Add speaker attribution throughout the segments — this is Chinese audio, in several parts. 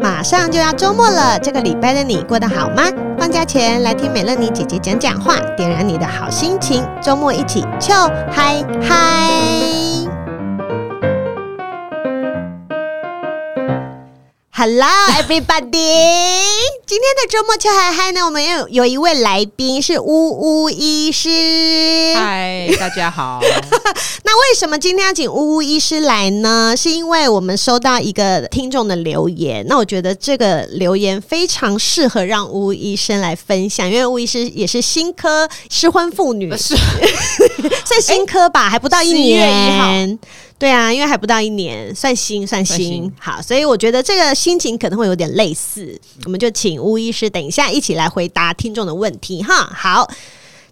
Speaker 1: 马上就要周末了，这个礼拜的你过得好吗？放假前来听美乐妮姐姐讲讲话，点燃你的好心情，周末一起就嗨嗨！Hello everybody！今天的周末秋嗨嗨呢，我们有有一位来宾是呜呜医师。
Speaker 2: 嗨，大家好。
Speaker 1: 那为什么今天要请呜呜医师来呢？是因为我们收到一个听众的留言，那我觉得这个留言非常适合让呜呜医生来分享，因为呜医师也是新科失婚妇女，
Speaker 2: 是
Speaker 1: 算新科吧，还不到一
Speaker 2: 11月1哎
Speaker 1: 年。对啊，因为还不到一年，算新算新
Speaker 2: 算新
Speaker 1: 好，所以我觉得这个心情可能会有点类似。我们就请巫医师等一下一起来回答听众的问题哈。好，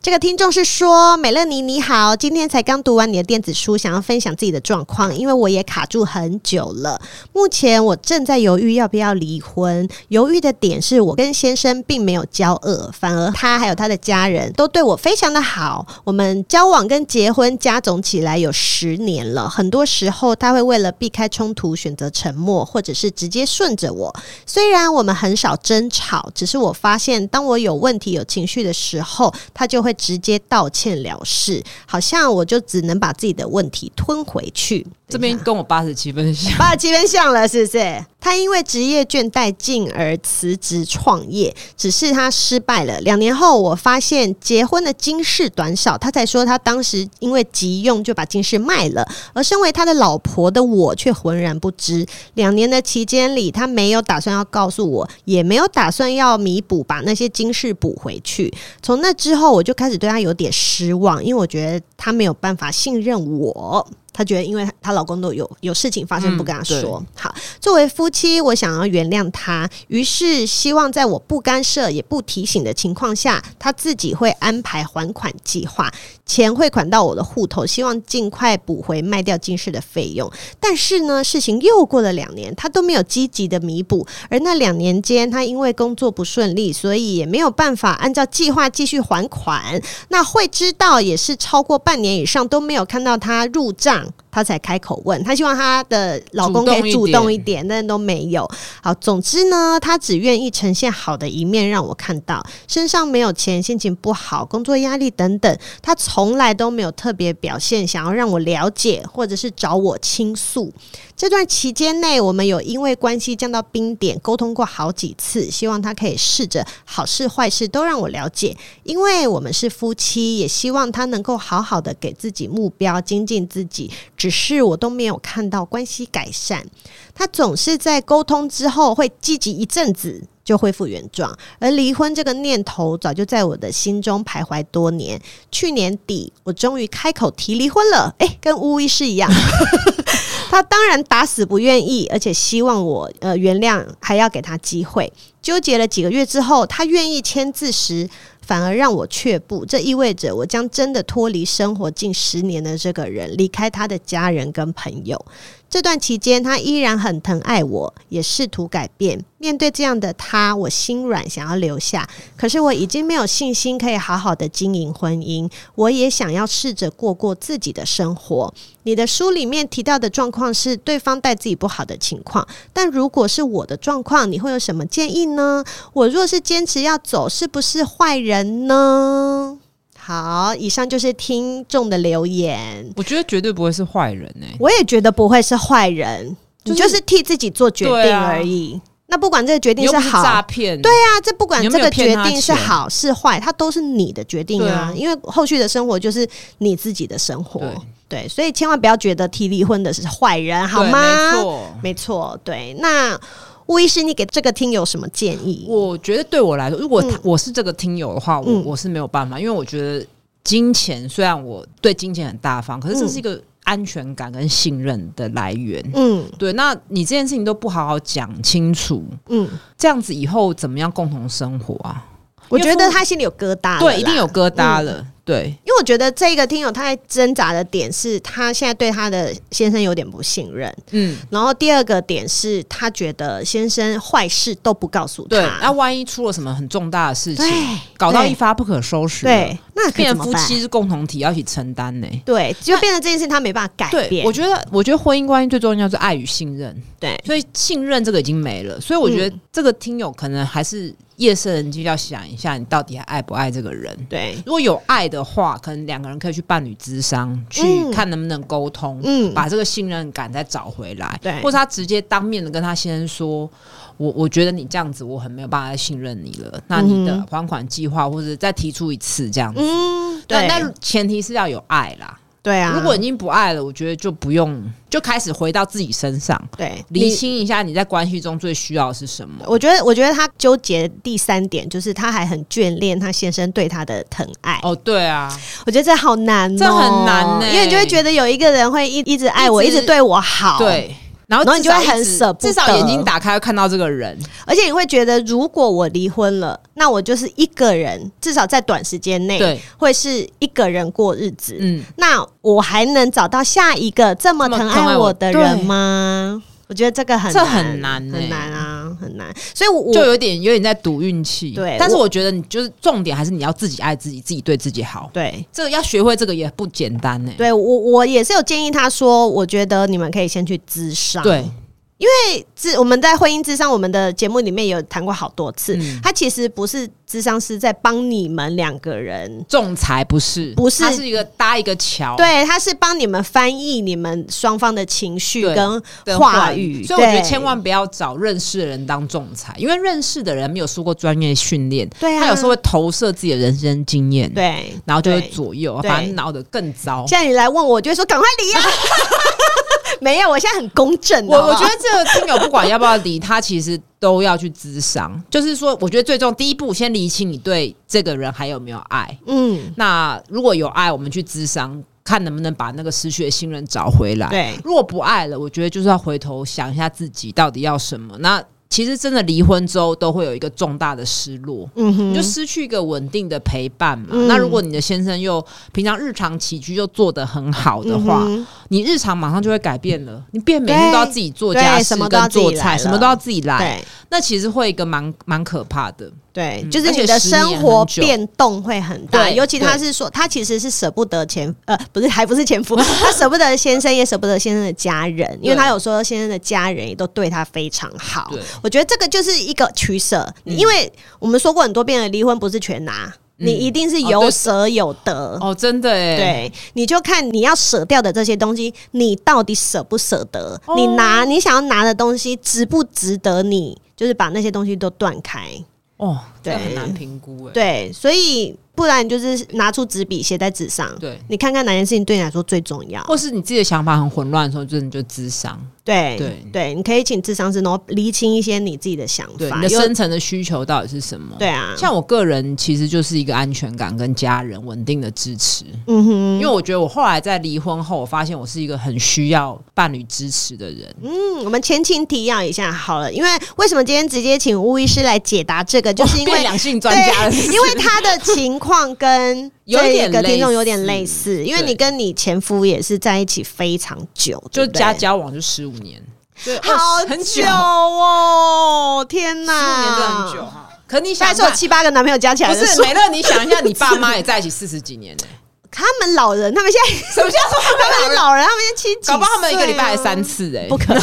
Speaker 1: 这个听众是说：“美乐妮，你好，今天才刚读完你的电子书，想要分享自己的状况，因为我也卡住很久了。目前我正在犹豫要不要离婚，犹豫的点是我跟先生并没有交恶，反而他还有他的家人都对我非常的好。我们交往跟结婚加总起来有十年了，很多时候他会为了避开冲突选择沉默，或者是直接顺着我。虽然我们很少争吵，只是我发现，当我有问题、有情绪的时候，他就会直接道歉了事，好像我就只能把自己的问题吞回去。
Speaker 2: 这边跟我八十七分像，
Speaker 1: 八十七分像了，是不是？他因为职业倦怠，进而辞职创业，只是他失败了。两年后，我发现结婚的金饰短少，他才说他当时因为急用就把金饰卖了，而身为他的老婆的我却浑然不知。两年的期间里，他没有打算要告诉我，也没有打算要弥补，把那些金饰补回去。从那之后，我就开始对他有点失望，因为我觉得他没有办法信任我。她觉得，因为她老公都有有事情发生，
Speaker 2: 嗯
Speaker 1: 不跟她说。好，作为夫妻，我想要原谅他，于是希望在我不干涉也不提醒的情况下，他自己会安排还款计划，钱汇款到我的户头，希望尽快补回卖掉金饰的费用。但是呢，事情又过了两年，他都没有积极的弥补。而那两年间，他因为工作不顺利，所以也没有办法按照计划继续还款。那会知道也是超过半年以上都没有看到他入账，他才开口问。他希望她的老公可以主
Speaker 2: 主动一点
Speaker 1: 动一点，但都没有。好，总之呢，他只愿意呈现好的一面让我看到，身上没有钱，心情不好，工作压力等等，他从来都没有特别表现想要让我了解，或者是找我倾诉。这段期间内，我们有因为关系降到冰点，沟通过好几次，希望他可以试着好事坏事都让我了解，因为我们是夫妻，也希望他能够好好的给自己目标，精进自己。只是我都没有看到关系改善，他总是在沟通之后会积极一阵子。就恢复原状，而离婚这个念头早就在我的心中徘徊多年。去年底，我终于开口提离婚了。诶，跟巫医师一样， 他当然打死不愿意，而且希望我呃原谅，还要给他机会。纠结了几个月之后，他愿意签字时，反而让我却步。这意味着我将真的脱离生活近十年的这个人，离开他的家人跟朋友。这段期间，他依然很疼爱我，也试图改变。面对这样的他，我心软，想要留下，可是我已经没有信心可以好好的经营婚姻。我也想要试着过过自己的生活。你的书里面提到的状况是对方待自己不好的情况，但如果是我的状况，你会有什么建议呢？我若是坚持要走，是不是坏人呢？好，以上就是听众的留言。
Speaker 2: 我觉得绝对不会是坏人欸呢、
Speaker 1: 我也觉得不会是坏人，
Speaker 2: 就是
Speaker 1: 你就是替自己做决
Speaker 2: 对
Speaker 1: 定
Speaker 2: 啊
Speaker 1: 而已。那不管这个决
Speaker 2: 你
Speaker 1: 定
Speaker 2: 又
Speaker 1: 是
Speaker 2: 不是
Speaker 1: 好
Speaker 2: 诈骗，
Speaker 1: 对啊，这不管
Speaker 2: 你又
Speaker 1: 这
Speaker 2: 没有
Speaker 1: 个决
Speaker 2: 骗他
Speaker 1: 定是
Speaker 2: 钱
Speaker 1: 好是坏，它都是你的决定
Speaker 2: 对
Speaker 1: 啊
Speaker 2: 啊。
Speaker 1: 因为后续的生活就是你自己的生活，对，所以千万不要觉得提离婚的是坏人，好
Speaker 2: 对
Speaker 1: 吗？
Speaker 2: 没错。
Speaker 1: 没错，对。那吴医师，你给这个听友什么建议？
Speaker 2: 我觉得对我来说，如果他
Speaker 1: 嗯
Speaker 2: 我是这个听友的话，我、
Speaker 1: 嗯
Speaker 2: 我是没有办法，因为我觉得金钱虽然我对金钱很大方，可是这是一个安全感跟信任的来源。
Speaker 1: 嗯
Speaker 2: 对，那你这件事情都不好好讲清楚，
Speaker 1: 嗯，
Speaker 2: 这样子以后怎么样共同生活啊？
Speaker 1: 我觉得他心里有疙瘩了啦，嗯
Speaker 2: 对，一定有疙瘩了。对，
Speaker 1: 因为我觉得这个听友他在挣扎的点是他现在对他的先生有点不信任，
Speaker 2: 嗯，
Speaker 1: 然后第二个点是他觉得先生坏事都不告诉他，
Speaker 2: 对。那万一出了什么很重大的事情，
Speaker 1: 对
Speaker 2: 搞到
Speaker 1: 对
Speaker 2: 一发不可收拾，，
Speaker 1: 对，那可以
Speaker 2: 变
Speaker 1: 怎
Speaker 2: 成
Speaker 1: 么
Speaker 2: 夫
Speaker 1: 办？
Speaker 2: 妻是共同体，要一起承担呢、
Speaker 1: 对，就变成这件事情他没办法改
Speaker 2: 对，
Speaker 1: 变。
Speaker 2: 我觉得，我觉得婚姻关系最重要是爱与信任，
Speaker 1: 对
Speaker 2: 所以信任这个已经没了，所以我
Speaker 1: 嗯
Speaker 2: 觉得这个听友可能还是夜深人静要想一下，你到底还爱不爱这个人。
Speaker 1: 对，
Speaker 2: 如果有爱的话，可能两个人可以去伴侣咨商，去
Speaker 1: 嗯
Speaker 2: 看能不能沟通，
Speaker 1: 嗯，
Speaker 2: 把这个信任感再找回来。
Speaker 1: 对
Speaker 2: 或者他直接当面的跟他先生说：“我我觉得你这样子，我很没有办法再信任你了。那你的
Speaker 1: 嗯哼
Speaker 2: 还款计划，或者再提出一次这样子。
Speaker 1: 嗯，
Speaker 2: 但
Speaker 1: 对，
Speaker 2: 但前提是要有爱啦。
Speaker 1: 对啊，
Speaker 2: 如果已经不爱了，我觉得就不用，就开始回到自己身上，
Speaker 1: 对
Speaker 2: 理
Speaker 1: 你
Speaker 2: 清一下你在关系中最需要的是什么。
Speaker 1: 我觉得，我觉得他纠结第三点就是他还很眷恋他先生对他的疼爱。
Speaker 2: 哦，对啊，
Speaker 1: 我觉得这好难、哦，
Speaker 2: 这很难呢
Speaker 1: 因为你就会觉得有一个人会一一直爱我，
Speaker 2: 一
Speaker 1: 一
Speaker 2: 直
Speaker 1: 直对我好，，
Speaker 2: 对。然后
Speaker 1: 然后你
Speaker 2: 至少
Speaker 1: 就会很
Speaker 2: 一直
Speaker 1: 舍不
Speaker 2: 至
Speaker 1: 得
Speaker 2: 少眼睛打开会看到这个人，
Speaker 1: 而且你会觉得如果我离婚了，那我就是一个人，至少在短时间内
Speaker 2: 对，
Speaker 1: 会是一个人过日子。
Speaker 2: 嗯，
Speaker 1: 那我还能找到下一个这么疼爱我的人吗？我觉得这个很
Speaker 2: 这很难欸
Speaker 1: 很难啊，很难。所以我，我
Speaker 2: 就有点有点在赌运气。
Speaker 1: 对
Speaker 2: 但是
Speaker 1: 我
Speaker 2: 我觉得你就是重点还是你要自己爱自己，自己对自己好。
Speaker 1: 对
Speaker 2: 这个要学会这个也不简单欸呢、
Speaker 1: 对，我我也是有建议他说，我觉得你们可以先去咨商。
Speaker 2: 对，
Speaker 1: 咨我们在婚姻之上，我们的节目里面有谈过好多次，
Speaker 2: 嗯
Speaker 1: 他其实不是智商师在帮你们两个人。
Speaker 2: 仲裁不是
Speaker 1: 不是
Speaker 2: 它是一个搭一个桥。
Speaker 1: 对，他是帮你们翻译你们双方的情绪
Speaker 2: 对
Speaker 1: 跟
Speaker 2: 的
Speaker 1: 话语，
Speaker 2: 所以我觉得
Speaker 1: 对
Speaker 2: 千万不要找认识的人当仲裁，因为认识的人没有受过专业训练，
Speaker 1: 对啊，
Speaker 2: 他有时候会投射自己的人生经验，，
Speaker 1: 对。
Speaker 2: 然后就会
Speaker 1: 对
Speaker 2: 左右，
Speaker 1: 对
Speaker 2: 反而闹得更糟。
Speaker 1: 现在你来问我，我就会说赶快离 啊！没有，我现在很公正。
Speaker 2: 我
Speaker 1: 好不
Speaker 2: 我
Speaker 1: 好
Speaker 2: 觉得这个听友不管要不要离，他其实都要去 咨商。就是说，我觉得最重第一步，先厘清你对这个人还有没有爱。
Speaker 1: 嗯，
Speaker 2: 那如果有爱，我们去咨商，看能不能把那个失去的信任找回来。
Speaker 1: 对
Speaker 2: 如果不爱了，我觉得就是要回头想一下自己到底要什么。那其实真的离婚之后，都会有一个重大的失落。
Speaker 1: 嗯哼，
Speaker 2: 你就失去一个稳定的陪伴嘛。
Speaker 1: 嗯
Speaker 2: 那如果你的先生又平常日常起居又做得很好的话，
Speaker 1: 嗯
Speaker 2: 你日常马上就会改变了。你变每天都要自己做
Speaker 1: 对
Speaker 2: 家
Speaker 1: 对
Speaker 2: 事
Speaker 1: 什么都要
Speaker 2: 跟
Speaker 1: 自己
Speaker 2: 做
Speaker 1: 来
Speaker 2: 菜，
Speaker 1: 了
Speaker 2: 什么都要自己
Speaker 1: 哼
Speaker 2: 来。
Speaker 1: 对
Speaker 2: 那其实会一个蛮蛮可怕的。
Speaker 1: 对，
Speaker 2: 嗯
Speaker 1: 就是
Speaker 2: 而且
Speaker 1: 你的
Speaker 2: 十年
Speaker 1: 生活
Speaker 2: 很久
Speaker 1: 变动会很大。
Speaker 2: 对
Speaker 1: 尤其他
Speaker 2: 对
Speaker 1: 是说，他其实是舍不得前呃，不是还不是前 夫，他舍不得先生，也舍不得先生的家人，因为
Speaker 2: 对
Speaker 1: 他有说先生的家人也都对他非常好
Speaker 2: 对。
Speaker 1: 我觉得这个就是一个取舍，
Speaker 2: 嗯
Speaker 1: 因为我们说过很多遍了，离婚不是全拿，你一定是
Speaker 2: 哦
Speaker 1: 有
Speaker 2: 对
Speaker 1: 舍有得。
Speaker 2: 哦，真的哎，
Speaker 1: 对，你就看你要舍掉的这些东西，你到底舍不舍得？
Speaker 2: 哦
Speaker 1: 你拿你想要拿的东西，值不值得你？就是把那些东西都断开。
Speaker 2: 哦，这
Speaker 1: 对
Speaker 2: 很难评估哎。
Speaker 1: 对，所以不然你就是拿出纸笔写在纸上，
Speaker 2: 对，
Speaker 1: 你看看哪件事情对你来说最重要。
Speaker 2: 或是你自己的想法很混乱的时候，就是你就智商，
Speaker 1: 对
Speaker 2: 对
Speaker 1: 对，你可以请智商师，然后厘清一些你自己的想
Speaker 2: 对
Speaker 1: 法
Speaker 2: 你的。
Speaker 1: 有
Speaker 2: 深层的需求到底是什么？
Speaker 1: 对。啊，
Speaker 2: 像我个人其实就是一个安全感跟家人稳定的支持，
Speaker 1: 嗯哼，
Speaker 2: 因为我觉得我后来在离婚后，我发现我是一个很需要伴侣支持的人。
Speaker 1: 嗯，我们前情提要一下好了，因为为什么今天直接请巫医师来解答这个，就是因
Speaker 2: 我变
Speaker 1: 为
Speaker 2: 两性专家了
Speaker 1: 对
Speaker 2: 是不是
Speaker 1: 因为他的情况跟
Speaker 2: 有
Speaker 1: 这
Speaker 2: 点
Speaker 1: 个听众
Speaker 2: 类
Speaker 1: 有点类
Speaker 2: 似
Speaker 1: 似，因为
Speaker 2: 对
Speaker 1: 你跟你前夫也是在一起非常久，
Speaker 2: 就
Speaker 1: 对不对
Speaker 2: 加交往就十五年，对，
Speaker 1: 好
Speaker 2: 20很
Speaker 1: 久哦，天
Speaker 2: 十五年真的
Speaker 1: 哪，
Speaker 2: 很久哈。可你
Speaker 1: 大
Speaker 2: 想
Speaker 1: 概是有
Speaker 2: 看，
Speaker 1: 七八个男朋友加起来
Speaker 2: 不
Speaker 1: 的
Speaker 2: 是
Speaker 1: 数。
Speaker 2: 美乐，你想一下，你爸妈也在一起四十几年 呢、
Speaker 1: 他们老人，他们现在
Speaker 2: 什么叫做他们
Speaker 1: 他们老人，他们现在七几岁啊，
Speaker 2: 搞不好他们一个礼拜还三次哎、
Speaker 1: 不可能，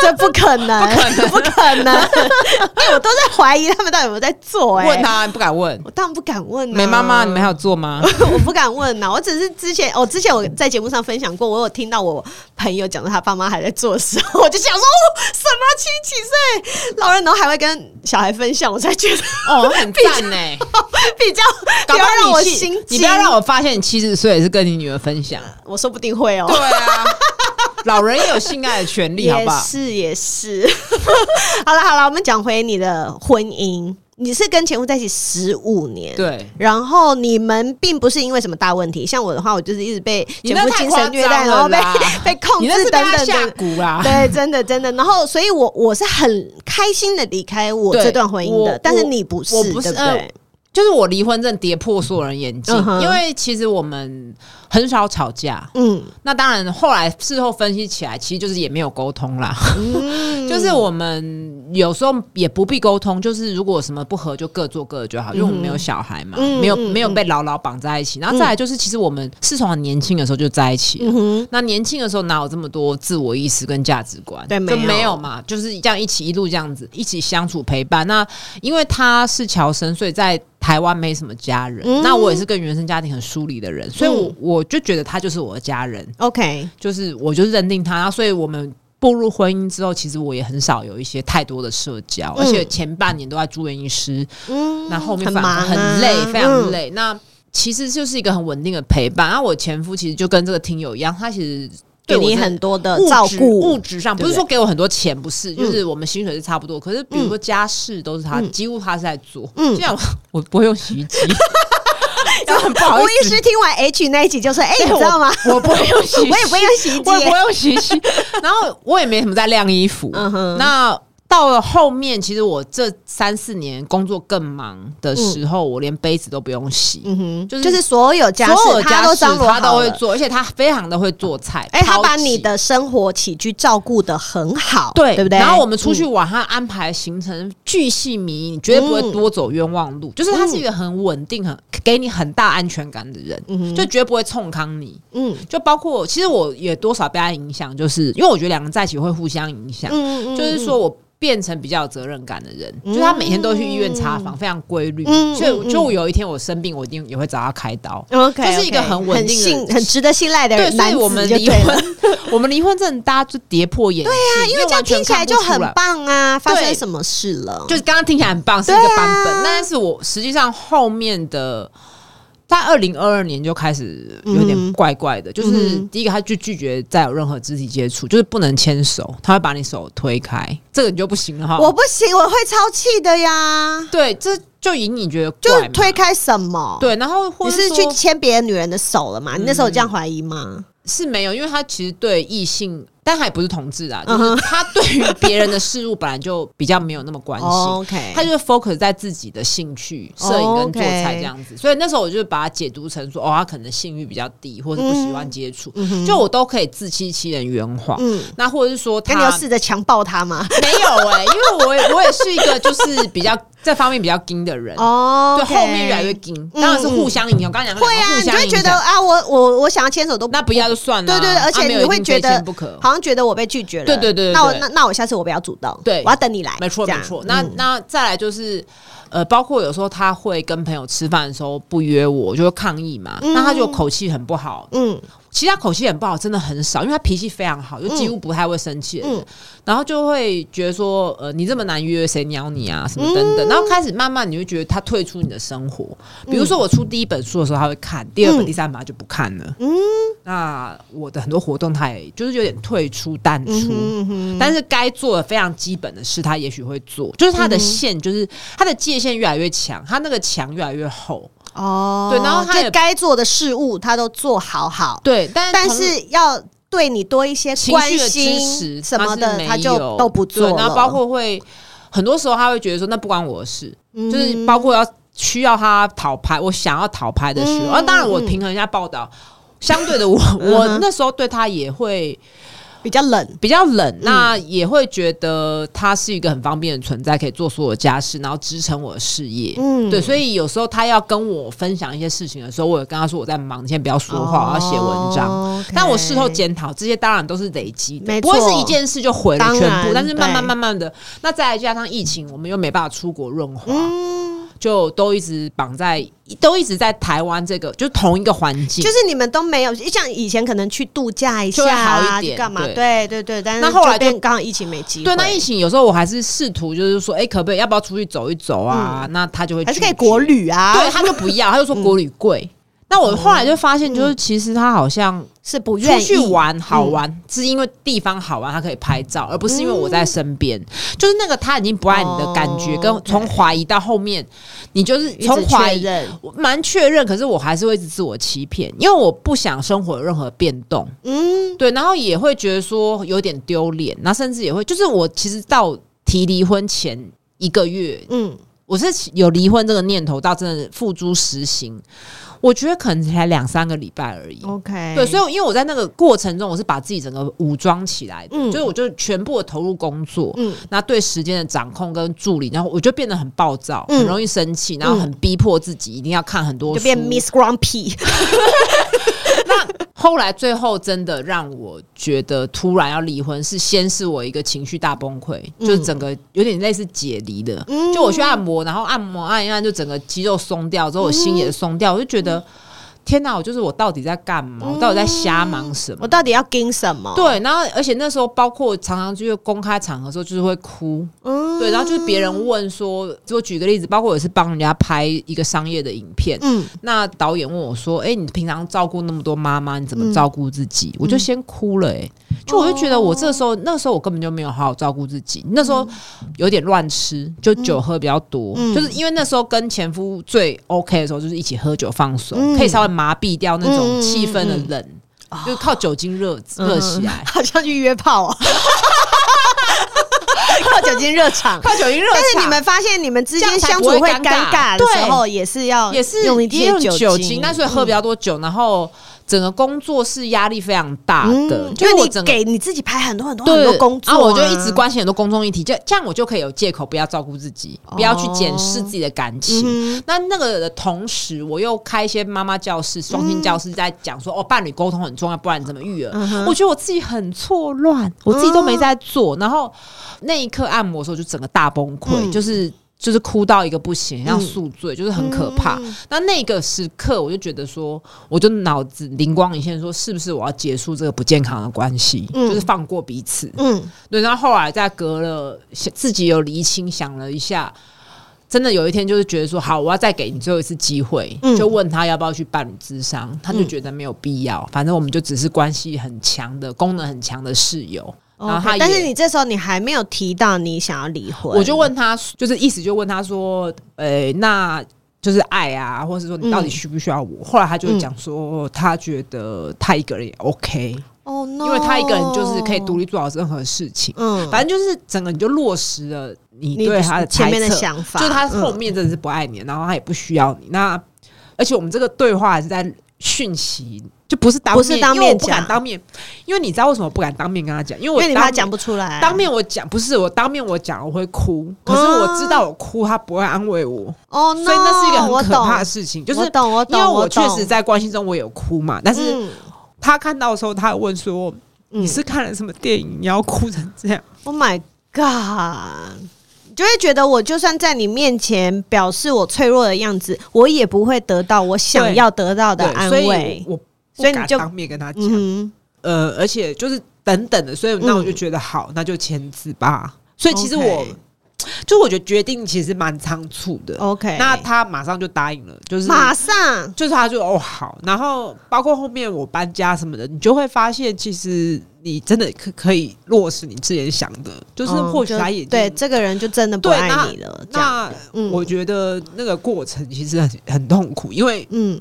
Speaker 1: 这不可能，不可能，不可能！ 哎，我都在怀疑他们到底有没有在做、哎，
Speaker 2: 问他不敢问，
Speaker 1: 我当然不敢问、啊。
Speaker 2: 美妈妈，你们还有做吗？
Speaker 1: 我不敢问啊呐、我只是之前，哦，之前我在节目上分享过，我有听到我朋友讲到他爸妈还在做的时候， 我就想说，哦，什么七几岁老人，然后还会跟小孩分享，我才觉得
Speaker 2: 哦，很赞呢、
Speaker 1: 比较不
Speaker 2: 搞不
Speaker 1: 要让
Speaker 2: 好
Speaker 1: 我
Speaker 2: 你
Speaker 1: 心惊，
Speaker 2: 七，你不要让我发现你七十岁也是跟你女儿分享。
Speaker 1: 我说不定会哦
Speaker 2: 对。啊，老人也有性爱的权利，好 不
Speaker 1: 也
Speaker 2: 好？
Speaker 1: 是也是， 好了好了，我们讲回你的婚姻，你是跟前夫在一起十五年，，
Speaker 2: 对，
Speaker 1: 然后你们并不是因为什么大问题，像我的话，我就是一直被
Speaker 2: 你
Speaker 1: 前
Speaker 2: 那
Speaker 1: 夫
Speaker 2: 太
Speaker 1: 精
Speaker 2: 夸
Speaker 1: 神虐待，
Speaker 2: 张
Speaker 1: 然后
Speaker 2: 了
Speaker 1: 被
Speaker 2: 啦！
Speaker 1: 被控
Speaker 2: 你那
Speaker 1: 制
Speaker 2: 是
Speaker 1: 等
Speaker 2: 被他啊
Speaker 1: 等
Speaker 2: 下
Speaker 1: 等。
Speaker 2: 蛊啦。
Speaker 1: 对，真的真的。然后，所以我我是很开心的离开我
Speaker 2: 对
Speaker 1: 这段婚姻的
Speaker 2: 我，
Speaker 1: 但是你不是，
Speaker 2: 我不是
Speaker 1: 对
Speaker 2: 呃
Speaker 1: 不对？
Speaker 2: 就是我离婚证跌破所有人眼镜
Speaker 1: 嗯哼
Speaker 2: 因为其实我们很少吵架。
Speaker 1: 嗯，
Speaker 2: 那当然，后来事后分析起来，其实就是也没有沟通啦。
Speaker 1: 嗯
Speaker 2: 就是我们有时候也不必沟通，就是如果有什么不合就各做各的就好，因为我们没有小孩嘛，
Speaker 1: 嗯
Speaker 2: 没有
Speaker 1: 嗯
Speaker 2: 没有被牢牢绑在一起。然后再来就是，其实我们是从很年轻的时候就在一起了
Speaker 1: 嗯哼，
Speaker 2: 那年轻的时候哪有这么多自我意识跟价值观？
Speaker 1: 对没
Speaker 2: 就
Speaker 1: 有
Speaker 2: 没有嘛，就是这样一起一路这样子一起相处陪伴。那因为他是侨生，所以在台湾没什么家人。
Speaker 1: 嗯
Speaker 2: 那我也是跟原生家庭很疏离的人，所以我、
Speaker 1: 嗯
Speaker 2: 我就觉得他就是我的家人，
Speaker 1: ，OK，
Speaker 2: 就是我就认定他。然后所以我们。步入婚姻之后，其实我也很少有一些太多的社交，
Speaker 1: 嗯
Speaker 2: 而且前半年都在住院医师，
Speaker 1: 嗯，
Speaker 2: 那后面
Speaker 1: 很
Speaker 2: 反而
Speaker 1: 忙、啊嗯
Speaker 2: 很啊嗯累，非常。累。那其实就是一个很稳定的陪伴。然后我前夫其实就跟这个听友一样，他其实
Speaker 1: 给
Speaker 2: 对我
Speaker 1: 你
Speaker 2: 是
Speaker 1: 很多的
Speaker 2: 物质
Speaker 1: 照
Speaker 2: 物
Speaker 1: 顾，
Speaker 2: 质上
Speaker 1: 对
Speaker 2: 不嗯
Speaker 1: 不对
Speaker 2: 是说给我很多钱，不是，就是我们薪水是差不多。可是比如说家事都是他，
Speaker 1: 嗯
Speaker 2: 几乎他是在做。
Speaker 1: 嗯
Speaker 2: 嗯，像我我不会用洗衣机， 就很不好意
Speaker 1: 吴医
Speaker 2: 思
Speaker 1: 师。听完 H 那一集就说：“哎、
Speaker 2: 对
Speaker 1: 你知道吗？
Speaker 2: 我不会用洗衣 机，
Speaker 1: 我也不会用洗衣机
Speaker 2: 我也不会用洗衣机。 然后我也没什么在晾衣服。
Speaker 1: 嗯哼
Speaker 2: 那到了后面，其实我这三四年工作更忙的时候，我连杯子都不用洗。
Speaker 1: 嗯哼，就、
Speaker 2: 就是是
Speaker 1: 所有家事
Speaker 2: 所有
Speaker 1: 他
Speaker 2: 家
Speaker 1: 都
Speaker 2: 事
Speaker 1: 张罗
Speaker 2: 他
Speaker 1: 好
Speaker 2: 都会
Speaker 1: 了。
Speaker 2: 做，而且他非常的会做菜。
Speaker 1: 哎、他把
Speaker 2: 超级
Speaker 1: 你的生活起居照顾的很好，
Speaker 2: 对
Speaker 1: 对不对？嗯
Speaker 2: 然后我们出去玩，他安排行程巨细靡遗，你绝对不会多走冤枉路。就是他是一个很稳定、很给你很大安全感的人，
Speaker 1: 嗯
Speaker 2: 就绝对不会冲康你。
Speaker 1: 嗯
Speaker 2: 就包括其实我也多少被他影响，就是因为我觉得两个人在一起会互相影响，
Speaker 1: 嗯
Speaker 2: 就是说我。变成比较有责任感的人，就是他每天都去医院查房，非常规律。
Speaker 1: 嗯
Speaker 2: 所以我
Speaker 1: 嗯嗯
Speaker 2: 就我有一天我生病，我一定也会找他开刀。
Speaker 1: OK，
Speaker 2: 这是一个很稳定的
Speaker 1: 很信、很值得信赖的
Speaker 2: 对，
Speaker 1: 人。
Speaker 2: 所
Speaker 1: 男
Speaker 2: 以
Speaker 1: 子
Speaker 2: 我们
Speaker 1: 就
Speaker 2: 离
Speaker 1: 对了，
Speaker 2: 婚， 我们离婚证大家就跌破眼镜，对啊，
Speaker 1: 因为这样听起来就很棒啊！发生
Speaker 2: 对
Speaker 1: 什么事了？
Speaker 2: 就是刚刚听起来很棒，是一个版
Speaker 1: 啊
Speaker 2: 本，但是我实际上后面的。在二零二二年就开始有
Speaker 1: 嗯
Speaker 2: 点怪怪的，就
Speaker 1: 嗯
Speaker 2: 是
Speaker 1: 哼
Speaker 2: 第一个，他就拒绝再有任何肢体接触，就是不能牵手，他会把你手推开，这个你就不行了哈。
Speaker 1: 我不行，我会超气的呀！
Speaker 2: 对这就以你觉得
Speaker 1: 就
Speaker 2: 怪
Speaker 1: 是
Speaker 2: 嘛
Speaker 1: 推开什么？
Speaker 2: 对，然后或
Speaker 1: 你
Speaker 2: 者
Speaker 1: 是
Speaker 2: 说嗯
Speaker 1: 去牵别的女人的手了吗？你那时候有这样怀疑吗？
Speaker 2: 是没有，因为他其实对异性，但他也不是同志啊，
Speaker 1: 嗯
Speaker 2: 就是他对于别人的事物本来就比较没有那么关心，
Speaker 1: 哦 OK，
Speaker 2: 他就是 focus 在自己的兴趣，
Speaker 1: 哦
Speaker 2: 摄影跟做菜这样子。所以那时候我就把它解读成说，哦，他可能性欲比较低，或者不喜欢接触，就我都可以自欺欺人圆谎。
Speaker 1: 嗯
Speaker 2: 那或者是说
Speaker 1: 那
Speaker 2: 他
Speaker 1: 你有试着强暴他 吗？
Speaker 2: 没有哎、因为我也我也是一个就是比较这方面比较硬的人，
Speaker 1: 哦
Speaker 2: 对
Speaker 1: OK
Speaker 2: 后面越来越硬，当然是互相影响。我刚刚讲
Speaker 1: 会啊，
Speaker 2: 互
Speaker 1: 你就
Speaker 2: 相
Speaker 1: 会
Speaker 2: 影
Speaker 1: 觉
Speaker 2: 响
Speaker 1: 得啊，我我我想要牵手都不
Speaker 2: 那不要就算了啊、
Speaker 1: 对对对，而
Speaker 2: 啊
Speaker 1: 且
Speaker 2: 没有
Speaker 1: 你
Speaker 2: 一
Speaker 1: 会
Speaker 2: 定
Speaker 1: 觉
Speaker 2: 非
Speaker 1: 得
Speaker 2: 牵不可。
Speaker 1: 好像觉得我被拒绝了。
Speaker 2: 对对对对
Speaker 1: 那我
Speaker 2: 对
Speaker 1: 那那我下次我不要主动，
Speaker 2: 对
Speaker 1: 我要等你来，
Speaker 2: 没错，
Speaker 1: 这
Speaker 2: 没
Speaker 1: 样嗯
Speaker 2: 错。那、那再来就是，呃，包括有时候他会跟朋友吃饭的时候不约我，我就会抗议嘛。
Speaker 1: 嗯
Speaker 2: 那他就口气很不好，
Speaker 1: 嗯
Speaker 2: 其实他口气很不好，真的很少，因为他脾气非常好，就几乎不太会生气的人、
Speaker 1: 嗯
Speaker 2: 然后就会觉得说，呃，你这么难约，谁鸟你啊，什么等
Speaker 1: 嗯
Speaker 2: 等。然后开始慢慢你会觉得他退出你的生活。比如说我出第一本书的时候他会看，第二本、
Speaker 1: 嗯
Speaker 2: 第三本他就不看了。
Speaker 1: 嗯
Speaker 2: 那我的很多活动他也就是有点退出淡出。
Speaker 1: 嗯哼嗯哼
Speaker 2: 但是该做的非常基本的事，他也许会做，就是他的
Speaker 1: 嗯哼
Speaker 2: 线，就是他的界限越来越强，他那个墙越来越厚。
Speaker 1: 哦，
Speaker 2: 对然后他也
Speaker 1: 就该做的事物他都做好好，
Speaker 2: 对，但
Speaker 1: 但
Speaker 2: 同
Speaker 1: 是要对你多一些
Speaker 2: 情
Speaker 1: 关
Speaker 2: 绪的支
Speaker 1: 心
Speaker 2: 持
Speaker 1: 什么
Speaker 2: 是
Speaker 1: 的，
Speaker 2: 没
Speaker 1: 他就
Speaker 2: 有
Speaker 1: 都不做
Speaker 2: 对然
Speaker 1: 了。
Speaker 2: 后包括会很多时候他会觉得说，那不关我的事，
Speaker 1: 嗯
Speaker 2: 就是包括要需要他讨拍，我想要讨拍的时候，
Speaker 1: 嗯
Speaker 2: 啊，当然我平衡一下报道。相对的我，
Speaker 1: 嗯
Speaker 2: 我
Speaker 1: 哼
Speaker 2: 那时候对他也会
Speaker 1: 比较冷，
Speaker 2: 比较冷，那也会觉得他是一个很方便的存在，可以做所有家事，然后支撑我的事业。
Speaker 1: 嗯
Speaker 2: 对，所以有时候他要跟我分享一些事情的时候，我有跟他说我在忙，你先不要说话，我要写文章。
Speaker 1: 哦，OK
Speaker 2: 但我事后检讨，这些当然都是累积
Speaker 1: 没
Speaker 2: 的，
Speaker 1: 错
Speaker 2: 不会是一件事就毁了
Speaker 1: 当
Speaker 2: 全
Speaker 1: 然
Speaker 2: 部。但是慢慢
Speaker 1: 对
Speaker 2: 慢慢的，那再来加上疫情，我们又没办法出国润滑，
Speaker 1: 嗯，
Speaker 2: 就都一直绑在，都一直在台湾这个，就同一个环境。
Speaker 1: 就是你们都没有，像以前可能去度假一
Speaker 2: 就会
Speaker 1: 下
Speaker 2: 好一
Speaker 1: 啊，
Speaker 2: 点
Speaker 1: 干嘛？
Speaker 2: 对
Speaker 1: 对对对，但是
Speaker 2: 那后来就
Speaker 1: 变刚好疫情没机会，
Speaker 2: 对，那疫情有时候我还是试图就是说，哎、可不可以要不要出去走一走啊？那他就会
Speaker 1: 还是可以
Speaker 2: 拒绝
Speaker 1: 国旅啊，
Speaker 2: 对，他就不要，他就说国旅贵。那我后来就发现，就是其实他好像
Speaker 1: 是不愿
Speaker 2: 出
Speaker 1: 意嗯
Speaker 2: 去玩好玩，是因为地方好玩，他可以拍照，而不是因为我在身边。就是那个他已经不爱你的感
Speaker 1: 嗯
Speaker 2: 觉，
Speaker 1: 哦
Speaker 2: 跟
Speaker 1: OK
Speaker 2: 从怀疑到后面，你就是
Speaker 1: 一直
Speaker 2: 从怀
Speaker 1: 确
Speaker 2: 疑。
Speaker 1: 认，
Speaker 2: 我蛮确认，可是我还是会一直自我欺骗，因为我不想生活有任何变动，
Speaker 1: 嗯，
Speaker 2: 对，然后也会觉得说有点丢脸，那甚至也会，就是我其实到提离婚前一个月，
Speaker 1: 嗯
Speaker 2: 我是有离婚这个念头到真的付诸实行，我觉得可能才两三个礼拜而已。
Speaker 1: OK，
Speaker 2: 对，所以因为我在那个过程中，我是把自己整个武装起来的，
Speaker 1: 嗯
Speaker 2: 就是我就全部的投入工作，
Speaker 1: 嗯
Speaker 2: 那对时间的掌控跟助理，然后我就变得很暴躁，
Speaker 1: 嗯
Speaker 2: 很容易生气，然后很逼迫自己一定要看很多
Speaker 1: 就
Speaker 2: 书。
Speaker 1: 变 Miss Grumpy，
Speaker 2: 后来最后真的让我觉得突然要离婚，是先是我一个情绪大崩溃，就是整个有点类似解离的，
Speaker 1: 嗯
Speaker 2: 就我去按摩，然后按摩按一按，就整个肌肉松掉，之后我心
Speaker 1: 嗯
Speaker 2: 也松掉，我就觉得天哪，我就是我到底在干嘛？我到底在瞎忙什么
Speaker 1: 嗯我？到底要跟什么？
Speaker 2: 对，然后而且那时候包括常常就是公开场合的时候，就是会哭，
Speaker 1: 嗯
Speaker 2: 对，然后就是别人问说，就举个例子，包括我是帮人家拍一个商业的影片，
Speaker 1: 嗯
Speaker 2: 那导演问我说：“哎、你平常照顾那么多妈妈，你怎
Speaker 1: 嗯
Speaker 2: 么照顾自己？”我就先哭了、哎，就我就觉得我这时
Speaker 1: 哦
Speaker 2: 候、那时候我根本就没有好好照顾自己，那时候有点乱吃，就酒喝比较多，
Speaker 1: 嗯
Speaker 2: 就是因为那时候跟前夫最 OK 的时候，就是一起喝酒放松，
Speaker 1: 嗯
Speaker 2: 可以稍微麻痹掉那种气氛的
Speaker 1: 嗯嗯嗯
Speaker 2: 冷，就是靠酒精热热起来。
Speaker 1: 好像去约炮 哦，靠酒精热场。
Speaker 2: 靠酒精热，
Speaker 1: 但是你们发现你们之间相处会尴尬的时候，也是要
Speaker 2: 也是
Speaker 1: 用一
Speaker 2: 也
Speaker 1: 些
Speaker 2: 有酒
Speaker 1: 精
Speaker 2: 精，，但所以喝比较多酒，然后整个工作是压力非常大的，
Speaker 1: 嗯因为
Speaker 2: 我
Speaker 1: 你
Speaker 2: 整个。
Speaker 1: 给你自己排很多很多
Speaker 2: 对，
Speaker 1: 很多工作啊，
Speaker 2: 然后我就一直关心很多公众议题，这这样我就可以有借口不要照顾自己，不要去检
Speaker 1: 哦
Speaker 2: 视自己的感情。
Speaker 1: 嗯
Speaker 2: 那那个的同时，我又开一些妈妈教室、双亲教室，在讲说、哦，伴侣沟通很重要，不然你怎么育儿？
Speaker 1: 嗯哼
Speaker 2: 我觉得我自己很错乱，我自己都没在做。然后那一刻按摩的时候，就整个大崩溃，
Speaker 1: 嗯
Speaker 2: 就是就是哭到一个不行，像宿醉，就是很可怕。
Speaker 1: 嗯
Speaker 2: 那那个时刻，我就觉得说，我就脑子灵光一现，说是不是我要结束这个不健康的关系，
Speaker 1: 嗯
Speaker 2: 就是放过彼此。
Speaker 1: 嗯
Speaker 2: 对，然后后来再隔了自己有厘清，想了一下，真的有一天就是觉得说，好，我要再给你最后一次机会，
Speaker 1: 嗯
Speaker 2: 就问他要不要去伴侣咨商，他就觉得没有必要，反正我们就只是关系很强的、功能很强的室友。然后
Speaker 1: 嗯 OK，
Speaker 2: 他也
Speaker 1: 但是你这时候你还没有提到你想要离婚，
Speaker 2: 我就问他，就是意思就问他说，呃、那就是爱啊，或者是说你到底需不需要我？后来他就讲说，他觉得他一个人也 OK，、
Speaker 1: 哦 no，
Speaker 2: 因为他一个人就是可以独，立做好任何事情。
Speaker 1: 嗯，
Speaker 2: 反正就是整个你就落实了你
Speaker 1: 你
Speaker 2: 对他的
Speaker 1: 前
Speaker 2: 猜
Speaker 1: 面的
Speaker 2: 测
Speaker 1: 想法，
Speaker 2: 就是他后
Speaker 1: 嗯
Speaker 2: 面真的是不爱你，然后他也不需要你。那而且我们这个对话还是在讯息，就不是当
Speaker 1: 不
Speaker 2: 面，
Speaker 1: 是当面
Speaker 2: 因为我不敢
Speaker 1: 讲
Speaker 2: 当面，因为你知道为什么我不敢当面跟他讲，因为我
Speaker 1: 因为你怕
Speaker 2: 当
Speaker 1: 讲不出来，
Speaker 2: 当面我讲不是我当面我讲我会哭，可是我知道我哭他不会安慰我，
Speaker 1: 哦 no，
Speaker 2: 所以那是一个
Speaker 1: 我
Speaker 2: 很可
Speaker 1: 懂
Speaker 2: 怕的事情，就是
Speaker 1: 我。懂我
Speaker 2: 因
Speaker 1: 懂，
Speaker 2: 为我确
Speaker 1: 懂
Speaker 2: 实在关系中我有哭嘛，但是
Speaker 1: 嗯
Speaker 2: 他看到的时候，他还问说：“
Speaker 1: 嗯
Speaker 2: 你是看了什么电影，你要哭成这样？”
Speaker 1: Oh my god！你就会觉得我就算在你面前表示我脆弱的样子，我也不会得到我想要得到的
Speaker 2: 对，
Speaker 1: 安
Speaker 2: 所
Speaker 1: 慰
Speaker 2: 以。我
Speaker 1: 所以
Speaker 2: 所
Speaker 1: 你
Speaker 2: 以
Speaker 1: 就
Speaker 2: 当面跟他讲，
Speaker 1: 嗯
Speaker 2: 呃，而且就是等等的，所以那我就觉得好，那就签字吧。所以其实我
Speaker 1: OK
Speaker 2: 就我觉得决定其实蛮仓促的。
Speaker 1: 哼，OK，
Speaker 2: 那他马上就答应了，就是
Speaker 1: 马上
Speaker 2: 就是他就哦好，然后包括后面我搬家什么的，你就会发现其实你真的可可以落实你之前想的，就是
Speaker 1: 嗯
Speaker 2: 或许
Speaker 1: 就
Speaker 2: 他也、
Speaker 1: 对这个人就真的不
Speaker 2: 对
Speaker 1: 爱
Speaker 2: 那
Speaker 1: 你了。这样，
Speaker 2: 那
Speaker 1: 嗯
Speaker 2: 我觉得那个过程其实很很痛苦，因为
Speaker 1: 嗯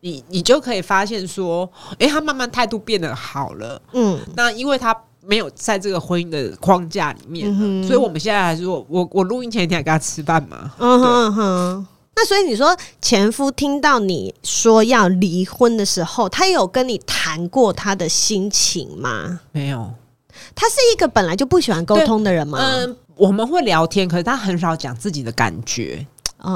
Speaker 2: 你你就可以发现说，诶，他慢慢态度变得好了。
Speaker 1: 嗯
Speaker 2: 那因为他没有在这个婚姻的框架里面了，
Speaker 1: 嗯哼
Speaker 2: 所以我们现在还是我我我录音前一天还跟他吃饭嘛。
Speaker 1: 嗯哼嗯哼。那所以你说前夫听到你说要离婚的时候，他有跟你谈过他的心情吗？
Speaker 2: 没有，
Speaker 1: 他是一个本来就不喜欢沟
Speaker 2: 对
Speaker 1: 通的人吗？
Speaker 2: 嗯，我们会聊天，可是他很少讲自己的感觉，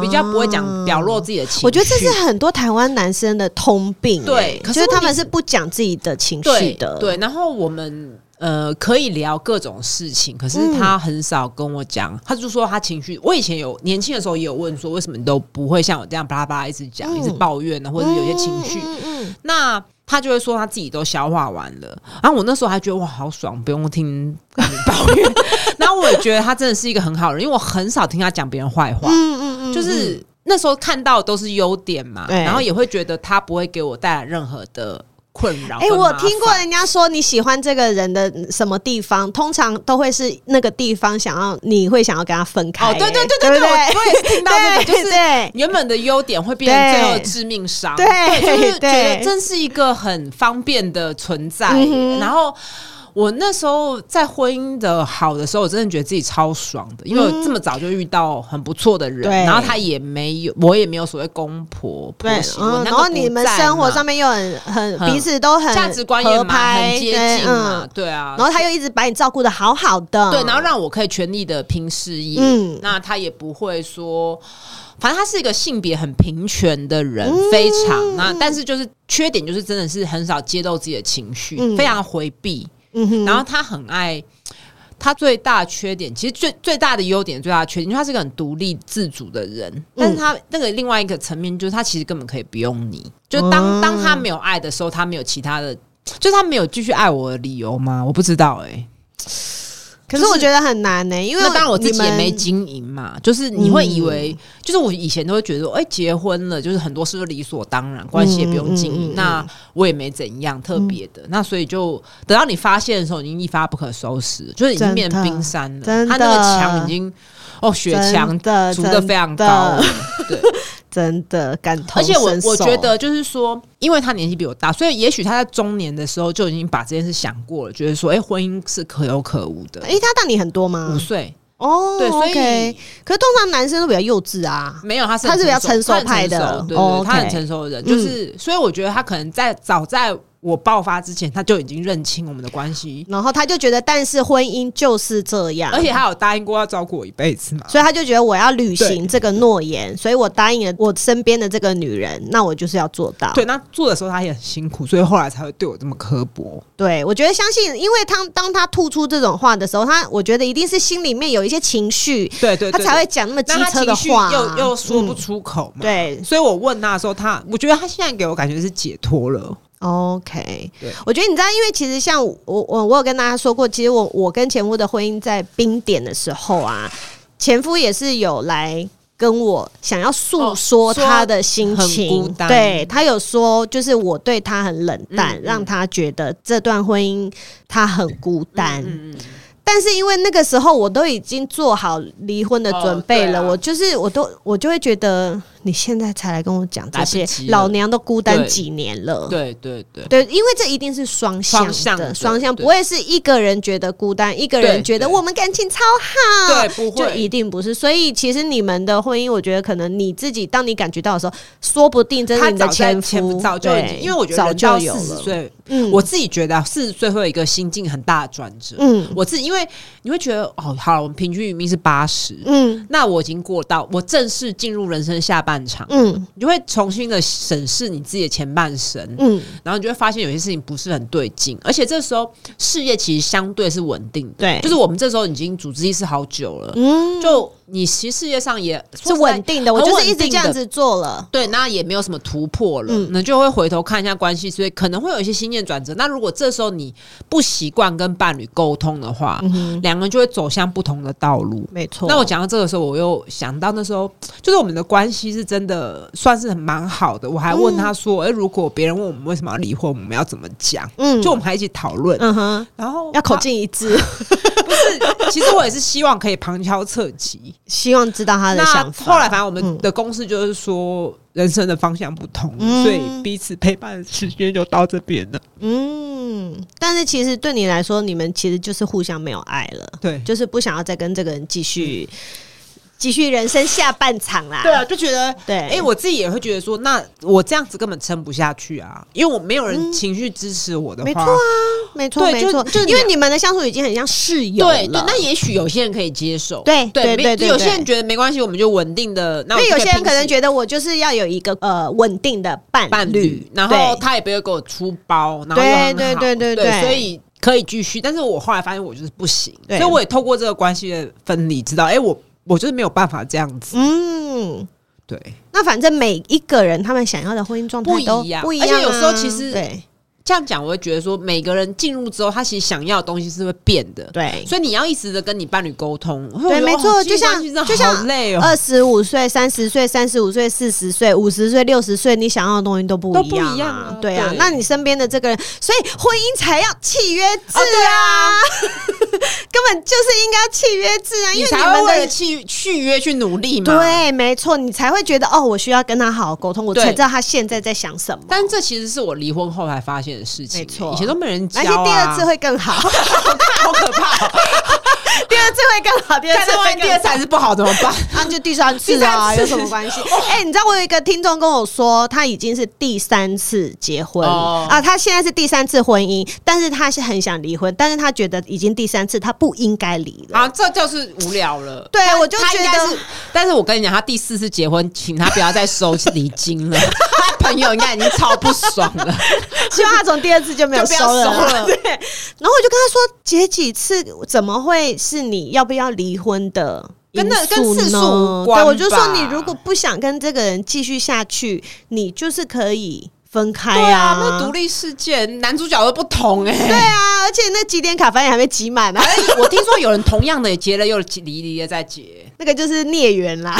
Speaker 2: 比较不会讲表露自己的情绪。
Speaker 1: 啊哦我觉得这是很多台湾男生的通病、
Speaker 2: 对
Speaker 1: 欸
Speaker 2: 可
Speaker 1: 就是是他
Speaker 2: 问题
Speaker 1: 们是不讲自己的情绪
Speaker 2: 对
Speaker 1: 的，
Speaker 2: 对，然后我们。呃，可以聊各种事情，可是
Speaker 1: 嗯
Speaker 2: 他很少跟我讲，他就说他情绪。我以前有年轻的时候也有问说，为什么你都不会像我这样巴拉巴拉一直讲，
Speaker 1: 嗯
Speaker 2: 一直抱怨啊呢，或者是有些情绪？
Speaker 1: 嗯嗯
Speaker 2: 那他就会说他自己都消化完了。然后我那时候还觉得哇，好爽，不用听你抱 怨。然后我也觉得他真的是一个很好的人，因为我很少听他讲别人坏话，
Speaker 1: 嗯嗯嗯
Speaker 2: 就是那时候看到都是优点嘛，
Speaker 1: 对
Speaker 2: 然后也会觉得他不会给我带来任何的困扰。
Speaker 1: 哎、欸我听过。人家说你喜欢这个人的什么地方，通常都会是那个地方想要你会想要跟他分开、
Speaker 2: 哦，对对
Speaker 1: 欸
Speaker 2: 对
Speaker 1: 对
Speaker 2: 对
Speaker 1: 不
Speaker 2: 我我也是听到这个，就
Speaker 1: 对
Speaker 2: 是
Speaker 1: 对
Speaker 2: 原本的优点会变成
Speaker 1: 对
Speaker 2: 最后的致命伤，
Speaker 1: 对
Speaker 2: 就是觉
Speaker 1: 对
Speaker 2: 得真是一个很方便的存在，
Speaker 1: 嗯哼
Speaker 2: 然后。我那时候在婚姻的好的时候，我真的觉得自己超爽的，因为我这么早就遇到很不错的人，
Speaker 1: 对
Speaker 2: 然后他也没有，我也没有所谓公婆婆
Speaker 1: 对，
Speaker 2: 媳，我
Speaker 1: 嗯，
Speaker 2: 那
Speaker 1: 然
Speaker 2: 个
Speaker 1: 后
Speaker 2: 不
Speaker 1: 你们
Speaker 2: 在
Speaker 1: 生活
Speaker 2: 嘛
Speaker 1: 上面又很很
Speaker 2: 很
Speaker 1: 彼此都很
Speaker 2: 价值观
Speaker 1: 合
Speaker 2: 也蛮
Speaker 1: 拍
Speaker 2: 很接
Speaker 1: 对
Speaker 2: 近嘛，
Speaker 1: 嗯，
Speaker 2: 对啊，
Speaker 1: 然后他又一直把你照顾的好好的，
Speaker 2: 对，然后让我可以全力的拼事业，
Speaker 1: 嗯
Speaker 2: 那他也不会说，反正他是一个性别很平权的人，
Speaker 1: 嗯
Speaker 2: 非常那，但是就是缺点就是真的是很少揭露自己的情绪，
Speaker 1: 嗯
Speaker 2: 非常回避，
Speaker 1: 嗯哼，
Speaker 2: 然后他很爱。他最大的缺点，其实最最大的优点、最大的缺点，因为他是个很独立自主的人，
Speaker 1: 嗯
Speaker 2: 但是他那个另外一个层面就是，他其实根本可以不用你。就当、
Speaker 1: 哦
Speaker 2: 当他没有爱的时候，他没有其他的，就是他没有继续爱我的理由吗？我不知道哎、
Speaker 1: 可是我觉得很难呢、因为
Speaker 2: 那当然我自
Speaker 1: 你
Speaker 2: 己
Speaker 1: 们嗯
Speaker 2: 也没经营嘛，就是你会以为，就是我以前都会觉得，哎、结婚了就是很多事都理所当然，关系也不用经
Speaker 1: 嗯嗯
Speaker 2: 营，
Speaker 1: 嗯嗯嗯
Speaker 2: 那我也没怎样特别的，那所以就等到你发现的时候，已经一发不可收拾了，就是已经变
Speaker 1: 真的
Speaker 2: 冰山了，
Speaker 1: 真的
Speaker 2: 它那个墙已经哦雪墙
Speaker 1: 真的
Speaker 2: 筑的非常高了，对，
Speaker 1: 真的感同
Speaker 2: 而且我
Speaker 1: 身受
Speaker 2: 我觉得就是说，因为他年纪比我大，所以也许他在中年的时候就已经把这件事想过了，觉得说，哎、婚姻是可有可无的，
Speaker 1: 诶，他大你很多
Speaker 2: 五
Speaker 1: 吗？
Speaker 2: 岁。
Speaker 1: 哦，
Speaker 2: 对，所以
Speaker 1: OK 可是通常男生都比较幼稚啊，
Speaker 2: 没有，他是
Speaker 1: 他是比较
Speaker 2: 成
Speaker 1: 成熟派的
Speaker 2: 他很成熟
Speaker 1: 哦
Speaker 2: 对对，
Speaker 1: ，OK 嗯
Speaker 2: 他很成熟的人，就是所以我觉得他可能在早在我爆发之前，他就已经认清我们的关系，
Speaker 1: 然后他就觉得，但是婚姻就是这样，
Speaker 2: 而且他有答应过要照顾我一辈子嘛。
Speaker 1: 所以他就觉得我要履行这个诺言，所以我答应了我身边的这个女人，那我就是要做到。
Speaker 2: 对，那做的时候他也很辛苦，所以后来才会对我这么刻薄。
Speaker 1: 对我觉得相信，因为他当他吐出这种话的时候，他我觉得一定是心里面有一些情绪，
Speaker 2: 对对对
Speaker 1: 他才会讲那么机
Speaker 2: 那他
Speaker 1: 车的
Speaker 2: 情绪
Speaker 1: 话，
Speaker 2: 又又说不
Speaker 1: 嗯
Speaker 2: 出口嘛。
Speaker 1: 对
Speaker 2: 所以我问他的时候，他我觉得他现在给我感觉是解脱了。
Speaker 1: OK，
Speaker 2: 对
Speaker 1: 我觉得你知道，因为其实像我我我有跟大家说过，其实我我跟前夫的婚姻在冰点的时候啊，前夫也是有来。跟我想要诉
Speaker 2: 哦
Speaker 1: 说
Speaker 2: 说
Speaker 1: 他的心
Speaker 2: 很
Speaker 1: 情，
Speaker 2: 孤单
Speaker 1: 对他有说，就是我对他很冷淡，
Speaker 2: 嗯嗯
Speaker 1: 让他觉得这段婚姻他很孤单。
Speaker 2: 嗯嗯，
Speaker 1: 但是因为那个时候我都已经做好离婚的准备了，
Speaker 2: 哦对啊
Speaker 1: 我就是我都我就会觉得你现在才来跟我讲这
Speaker 2: 来不
Speaker 1: 些，
Speaker 2: 及了
Speaker 1: 老娘都孤单
Speaker 2: 对
Speaker 1: 几年了。
Speaker 2: 对对对。
Speaker 1: 对，因为这一定是双向的，
Speaker 2: 双向的
Speaker 1: 双向
Speaker 2: 对
Speaker 1: 不会是一个人觉得孤单，一个人
Speaker 2: 对
Speaker 1: 觉得
Speaker 2: 对
Speaker 1: 我们感情超好，
Speaker 2: 对不
Speaker 1: 就
Speaker 2: 会
Speaker 1: 一定不是。所以其实你们的婚姻，我觉得可能你自己当你感觉到的时候，说不定真的
Speaker 2: 他
Speaker 1: 你的
Speaker 2: 早在
Speaker 1: 夫
Speaker 2: 夫早就已
Speaker 1: 对
Speaker 2: 经，因为我觉得
Speaker 1: 早
Speaker 2: 人到
Speaker 1: 就有
Speaker 2: 四十
Speaker 1: 了，
Speaker 2: 岁，
Speaker 1: 嗯
Speaker 2: 我自己觉得啊四十岁会有一个心境很大的转折。
Speaker 1: 嗯
Speaker 2: 我自己因为你会觉得哦，好了，我们平均余命是八十、
Speaker 1: 嗯
Speaker 2: 那我已经过到我正式进入人生下半场，
Speaker 1: 嗯
Speaker 2: 你就会重新的审视你自己的前半生，
Speaker 1: 嗯，
Speaker 2: 然后你就会发现有些事情不是很对劲，而且这时候事业其实相对是稳定的，
Speaker 1: 对
Speaker 2: 就是我们这时候已经组织意识好久了，
Speaker 1: 嗯
Speaker 2: 就你其实事业上也
Speaker 1: 是稳。定的，我
Speaker 2: 很
Speaker 1: 就是
Speaker 2: 稳
Speaker 1: 一直
Speaker 2: 定
Speaker 1: 这样
Speaker 2: 的
Speaker 1: 子做了，
Speaker 2: 对，那也没有什么突破了，
Speaker 1: 嗯
Speaker 2: 那就会回头看一下关系，所以可能会有一些心念转折。那如果这时候你不习惯跟伴侣沟通的话，两、个人就会走向不同的道路。
Speaker 1: 没嗯错。
Speaker 2: 嗯那我讲到这个时候，我又想到那时候，就是我们的关系是真的算是很蛮好的。我还问他说：“诶，如果别人问我们为什么要离婚，我们要怎么讲？”
Speaker 1: 嗯
Speaker 2: 就我们还一起讨论。
Speaker 1: 嗯哼，
Speaker 2: 然后
Speaker 1: 要口，径一 致，
Speaker 2: 他其实我也是希望可以旁敲侧击。
Speaker 1: 希望知道他的
Speaker 2: 那
Speaker 1: 想法。
Speaker 2: 后来，反正我们
Speaker 1: 嗯
Speaker 2: 的公式就是说，人生的方向不同，
Speaker 1: 嗯
Speaker 2: 所以彼此陪伴的时间就到这边了。
Speaker 1: 嗯，但是其实对你来说，你们其实就是互相没有爱了。
Speaker 2: 对，
Speaker 1: 就是不想要再跟这个人继续继续人生下半场啦。
Speaker 2: 嗯对啊，就觉得。
Speaker 1: 对，
Speaker 2: 哎、我自己也会觉得说，那我这样子根本撑不下去啊，因为我没有人情绪支持我的
Speaker 1: 嗯
Speaker 2: 话，
Speaker 1: 没错啊，没错
Speaker 2: 对
Speaker 1: 没
Speaker 2: 就
Speaker 1: 错，
Speaker 2: 就
Speaker 1: 因为你们的相处已经很像室友
Speaker 2: 对对，
Speaker 1: 了
Speaker 2: 那也许有些人可以接受，
Speaker 1: 对对
Speaker 2: 对
Speaker 1: 对
Speaker 2: 没
Speaker 1: 对
Speaker 2: 有
Speaker 1: 对
Speaker 2: 些人觉得没关系，我们就稳定的，那
Speaker 1: 因
Speaker 2: 我
Speaker 1: 为
Speaker 2: 就
Speaker 1: 有
Speaker 2: 以
Speaker 1: 些人可能
Speaker 2: 平时
Speaker 1: 觉得我就是要有一个呃稳定的伴
Speaker 2: 伴侣，然
Speaker 1: 嗯
Speaker 2: 后
Speaker 1: 对
Speaker 2: 他也不会给我出包，然后又
Speaker 1: 对对
Speaker 2: 很好
Speaker 1: 对
Speaker 2: 对
Speaker 1: 对对嗯
Speaker 2: 所以。可以继续，但是我后来发现我就是不行，
Speaker 1: 对
Speaker 2: 所以我也透过这个关系的分离，知道，哎、我我就是没有办法这样子，
Speaker 1: 嗯。
Speaker 2: 对，
Speaker 1: 那反正每一个人他们想要的婚姻状态都
Speaker 2: 不一样
Speaker 1: 不一样啊、
Speaker 2: 而且有时候其实
Speaker 1: 对
Speaker 2: 这样讲，我会觉得说，每个人进入之后，他其实想要的东西是会变的，
Speaker 1: 对，
Speaker 2: 所以你要一直的跟你伴侣沟通，哦
Speaker 1: 对，没错，就像就
Speaker 2: 就
Speaker 1: 像呃
Speaker 2: 像累哦，
Speaker 1: 二十五岁、三十岁、三十五岁、四十岁、五十岁、六十岁，你想要的东西都不
Speaker 2: 都
Speaker 1: 一
Speaker 2: 不
Speaker 1: 样、啊，
Speaker 2: 一样啊
Speaker 1: 对啊。
Speaker 2: 对
Speaker 1: 那你身边的这个人，所以婚姻才要契约制
Speaker 2: 哦对
Speaker 1: 啊，根本就是应该要契约制啊，因
Speaker 2: 你
Speaker 1: 为
Speaker 2: 才
Speaker 1: 们
Speaker 2: 会为了
Speaker 1: 的。
Speaker 2: 去续约去努力嘛，
Speaker 1: 对，没错，你才会觉得哦，我需要跟他好好沟通，我
Speaker 2: 对
Speaker 1: 才知道他现在在想什么。
Speaker 2: 但这其实是我离婚后才发现的事情、
Speaker 1: 没错
Speaker 2: 以前都没人教、
Speaker 1: 而
Speaker 2: 啊。
Speaker 1: 且第二次会 更好，
Speaker 2: 好可怕、哦，
Speaker 1: 第二次会更 好，第二
Speaker 2: 但
Speaker 1: 次
Speaker 2: 是
Speaker 1: 会
Speaker 2: 万一
Speaker 1: 更
Speaker 2: 第二次还是不好怎么 办？
Speaker 1: 那、就第三次啊，
Speaker 2: 第三次
Speaker 1: 有什
Speaker 2: 哦
Speaker 1: 么关系？哎、你知道我有一个听众跟我说，他已经是第三次结婚、
Speaker 2: 哦
Speaker 1: 啊，他现在是第三次婚姻，但是他是很想离婚，但是他觉得已经第三次，他不应该离了。
Speaker 2: 啊，这就是无聊 了。
Speaker 1: 对，我就
Speaker 2: 他
Speaker 1: 觉
Speaker 2: 应该
Speaker 1: 得
Speaker 2: 是，但是我跟你讲，他第四次结婚，请他不要再收礼金了。 他朋友应该已经超不爽 了。
Speaker 1: 希望他从第二次就没有
Speaker 2: 就不
Speaker 1: 收
Speaker 2: 要
Speaker 1: 了。
Speaker 2: 收了
Speaker 1: 对，然后我就跟他说，结几次怎么会是你要不要离婚的因素呢？
Speaker 2: 跟那跟次数无关
Speaker 1: 对，我就说
Speaker 2: 吧
Speaker 1: 你如果不想跟这个人继续下去，你就是可以分开
Speaker 2: 对
Speaker 1: 啊
Speaker 2: 啊，那独立事件男主角都不同哎、
Speaker 1: 对啊，而且那几点卡反正还没集满啊，
Speaker 2: 哎我听说有人同样的也结了又离，离了再结。
Speaker 1: 那个就是孽缘 啦。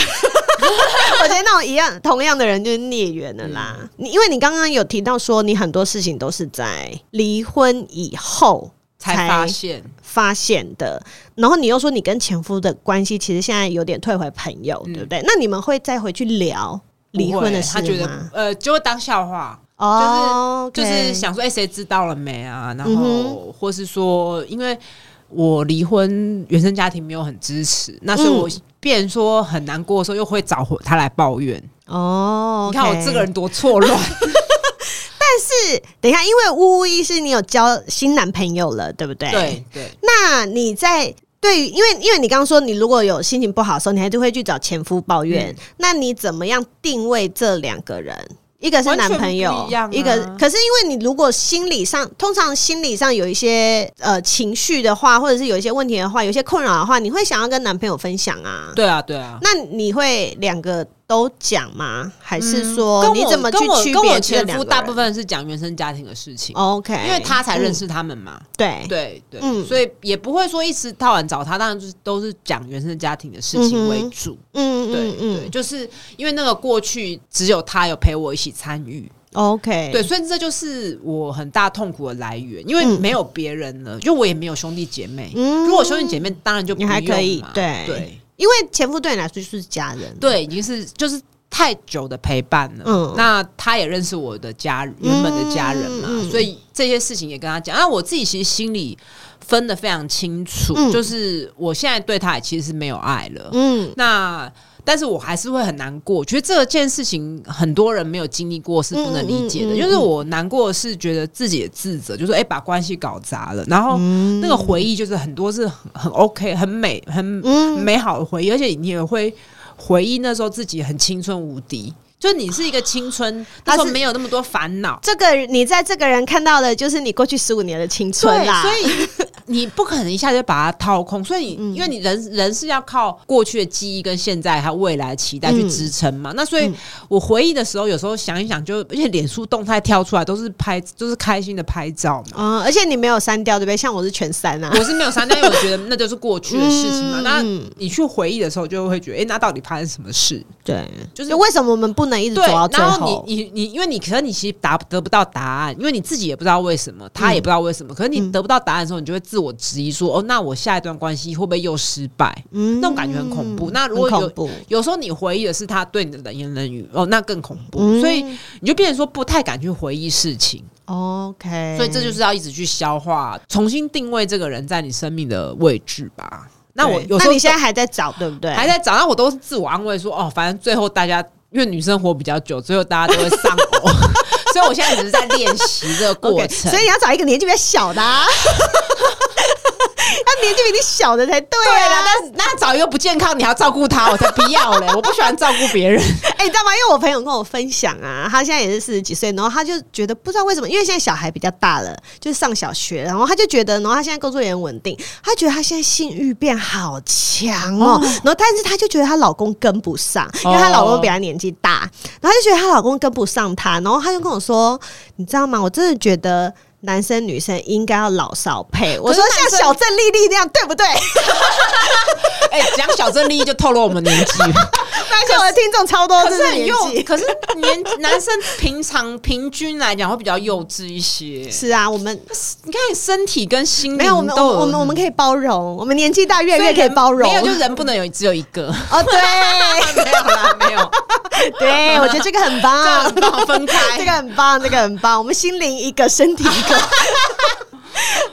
Speaker 1: 我觉得那种一样同样的人就是孽缘的啦。
Speaker 2: 嗯
Speaker 1: 你因为你刚刚有提到说，你很多事情都是在离婚以后
Speaker 2: 才发现，
Speaker 1: 发现的，然后你又说你跟前夫的关系其实现在有点退回朋友，对不对？那你们会再回去聊离婚的事
Speaker 2: 嗯不会他觉
Speaker 1: 吗
Speaker 2: 得？呃，就会当笑话，
Speaker 1: 哦，嗯
Speaker 2: 就是想说，哎、谁知道了没啊？然后，或是说，因为我离婚，原生家庭没有很支持，那所以我
Speaker 1: 嗯
Speaker 2: 变成说很难过的时候，又会找他来抱怨。
Speaker 1: 哦，
Speaker 2: 你看
Speaker 1: OK
Speaker 2: 我这个人多错乱，
Speaker 1: 是等一下，因为呜呜一是你有交新男朋友了，对不 对？
Speaker 2: 对对，
Speaker 1: 那你在对于，因为因为你刚刚说你如果有心情不好的时候，你还是会去找前夫抱
Speaker 2: 嗯
Speaker 1: 怨。那你怎么样定位这两个人？一个是男朋
Speaker 2: 完全
Speaker 1: 友，
Speaker 2: 不一样啊
Speaker 1: 个可是因为你如果心理上，通常心理上有一些呃情绪的话，或者是有一些问题的话，有一些困扰的话，你会想要跟男朋友分享啊。
Speaker 2: 对啊对啊。
Speaker 1: 那你会两个都讲吗？还是说
Speaker 2: 嗯跟
Speaker 1: 你
Speaker 2: 我
Speaker 1: 怎么去
Speaker 2: 跟我
Speaker 1: 区
Speaker 2: 跟
Speaker 1: 别
Speaker 2: 我
Speaker 1: 这
Speaker 2: 前
Speaker 1: 两
Speaker 2: 夫
Speaker 1: 个
Speaker 2: 大
Speaker 1: 人
Speaker 2: 部分是讲原生家庭的事情，
Speaker 1: ？OK，
Speaker 2: 因为他才认
Speaker 1: 嗯
Speaker 2: 识他们嘛。
Speaker 1: 对
Speaker 2: 对对，
Speaker 1: 嗯
Speaker 2: 所以也不会说一直到晚找他，当然就是都是讲原生家庭的事情为主。
Speaker 1: 嗯嗯
Speaker 2: 对对，
Speaker 1: 嗯
Speaker 2: 就是因为那个过去只有他有陪我一起参与，
Speaker 1: ，OK，
Speaker 2: 对，所以这就是我很大痛苦的来源，因为
Speaker 1: 嗯
Speaker 2: 没有别人了，就我也没有兄弟姐妹。
Speaker 1: 嗯
Speaker 2: 如果兄弟姐妹，当然就不
Speaker 1: 你还
Speaker 2: 用
Speaker 1: 可以
Speaker 2: 嘛
Speaker 1: 对
Speaker 2: 对
Speaker 1: 因为前夫对你来说就是家人，
Speaker 2: 对，已经是就是太久的陪伴了。
Speaker 1: 嗯
Speaker 2: 那他也认识我的家原本的家人嘛，
Speaker 1: 嗯嗯
Speaker 2: 所以这些事情也跟他讲。那啊我自己其实心里分得非常清楚，
Speaker 1: 嗯
Speaker 2: 就是我现在对他也其实是没有爱了。
Speaker 1: 嗯
Speaker 2: 那但是我还是会很难过，觉得这件事情很多人没有经历过是不能理解的。
Speaker 1: 嗯嗯嗯嗯
Speaker 2: 就是我难过的是觉得自己的自责，就是哎、诶把关系搞砸了，然后
Speaker 1: 嗯
Speaker 2: 那个回忆就是很多是很很 OK、很美、很
Speaker 1: 嗯
Speaker 2: 美好的回忆，而且你也会回忆那时候自己很青春无敌，就你是一个青春，那时候没有那么多烦恼。
Speaker 1: 这个你在这个人看到的就是你过去十五年的青春啦，
Speaker 2: 所以你 不可能一下就把它掏空，所以你、
Speaker 1: 嗯
Speaker 2: 因为你人人是要靠过去的记忆跟现在还有未来的期待去支撑
Speaker 1: 嗯
Speaker 2: 嘛。那所以我回忆的时候，有时候想一想就，而且脸书动态跳出来都是拍，就是开心的拍照 嘛。
Speaker 1: 嗯，而且你没有删掉对不对？像我是全删啊，
Speaker 2: 我是没有删掉，因为我觉得那就是过去的事情嘛。
Speaker 1: 嗯
Speaker 2: 那
Speaker 1: 嗯
Speaker 2: 你去回忆的时候，就会觉得，哎、那到底发生什么事？
Speaker 1: 对，就
Speaker 2: 就是
Speaker 1: 是为什么我们不能一直走
Speaker 2: 对，
Speaker 1: 到最
Speaker 2: 然后
Speaker 1: 后？
Speaker 2: 你你你，因为你可能你其实答得不到答案，因为你自己也不知道为什么，他
Speaker 1: 嗯
Speaker 2: 也不知道为什么。可是你得不到答案的时候，你就会自我质疑说：“哦，那我下一段关系会不会又失败？”
Speaker 1: 嗯
Speaker 2: 那种感觉很恐怖。那如果
Speaker 1: 很恐
Speaker 2: 有
Speaker 1: 怖，
Speaker 2: 有时候你回忆的是他对你的冷言冷语，哦，那更恐怖。
Speaker 1: 嗯
Speaker 2: 所以你就变成说不太敢去回忆事情，
Speaker 1: OK，
Speaker 2: 所以这就是要一直去消化，重新定位这个人在你生命的位置吧。那我
Speaker 1: 对
Speaker 2: 有
Speaker 1: 那
Speaker 2: 时候
Speaker 1: 你现在还在找对不对？
Speaker 2: 还在找，那我都是自我安慰说，哦，反正最后大家因为女生活比较久，最后大家都会丧 偶，所以我现在只是在练习这个过
Speaker 1: OK，
Speaker 2: 程。
Speaker 1: 所以你要找一个年纪比较小的、啊。 他年纪比你小的才对
Speaker 2: 对
Speaker 1: 啊！
Speaker 2: 啦，但是那找一个不健康，你还要照顾他，我才不要 嘞！我不喜欢照顾别人。
Speaker 1: 哎、你知道吗？因为我朋友跟我分享啊，他现在也是四十几岁，然后他就觉得不知道为什么，因为现在小孩比较大了，就是上小学，然后他就觉得，然后他现在工作也很稳定，他觉得他现在性欲变好强哦，然后但是他就觉得她老公跟不上，因为她老公比她年纪大，
Speaker 2: 哦
Speaker 1: 然后他就觉得她老公跟不上她，然后他就跟我说，你知道吗？我真的觉得。男生女生应该要老少配，我
Speaker 2: 可是
Speaker 1: 说
Speaker 2: 男
Speaker 1: 像
Speaker 2: 生
Speaker 1: 小郑丽丽那样对不 对？
Speaker 2: 哎、讲小郑利益就透露我们 年纪哦了。
Speaker 1: 而且我的听众超多，
Speaker 2: 可
Speaker 1: 这
Speaker 2: 是
Speaker 1: 是
Speaker 2: 很
Speaker 1: 年
Speaker 2: 幼
Speaker 1: 纪，，
Speaker 2: 可是年男生平常平均来讲会比较幼稚一些。
Speaker 1: 是啊，我们
Speaker 2: 你看身体跟心灵
Speaker 1: 没有，我们
Speaker 2: 嗯都有嗯
Speaker 1: 我们我们可以包容，我们年纪大越来
Speaker 2: 所以
Speaker 1: 越可以
Speaker 2: 人
Speaker 1: 包容。
Speaker 2: 没有就人不能有只有一个。
Speaker 1: 哦，对，
Speaker 2: 没有啦，没没有，
Speaker 1: 对，我觉得这个很棒，
Speaker 2: 这样分开
Speaker 1: 这个很棒，这个很棒。我们心灵一个，身体一 个。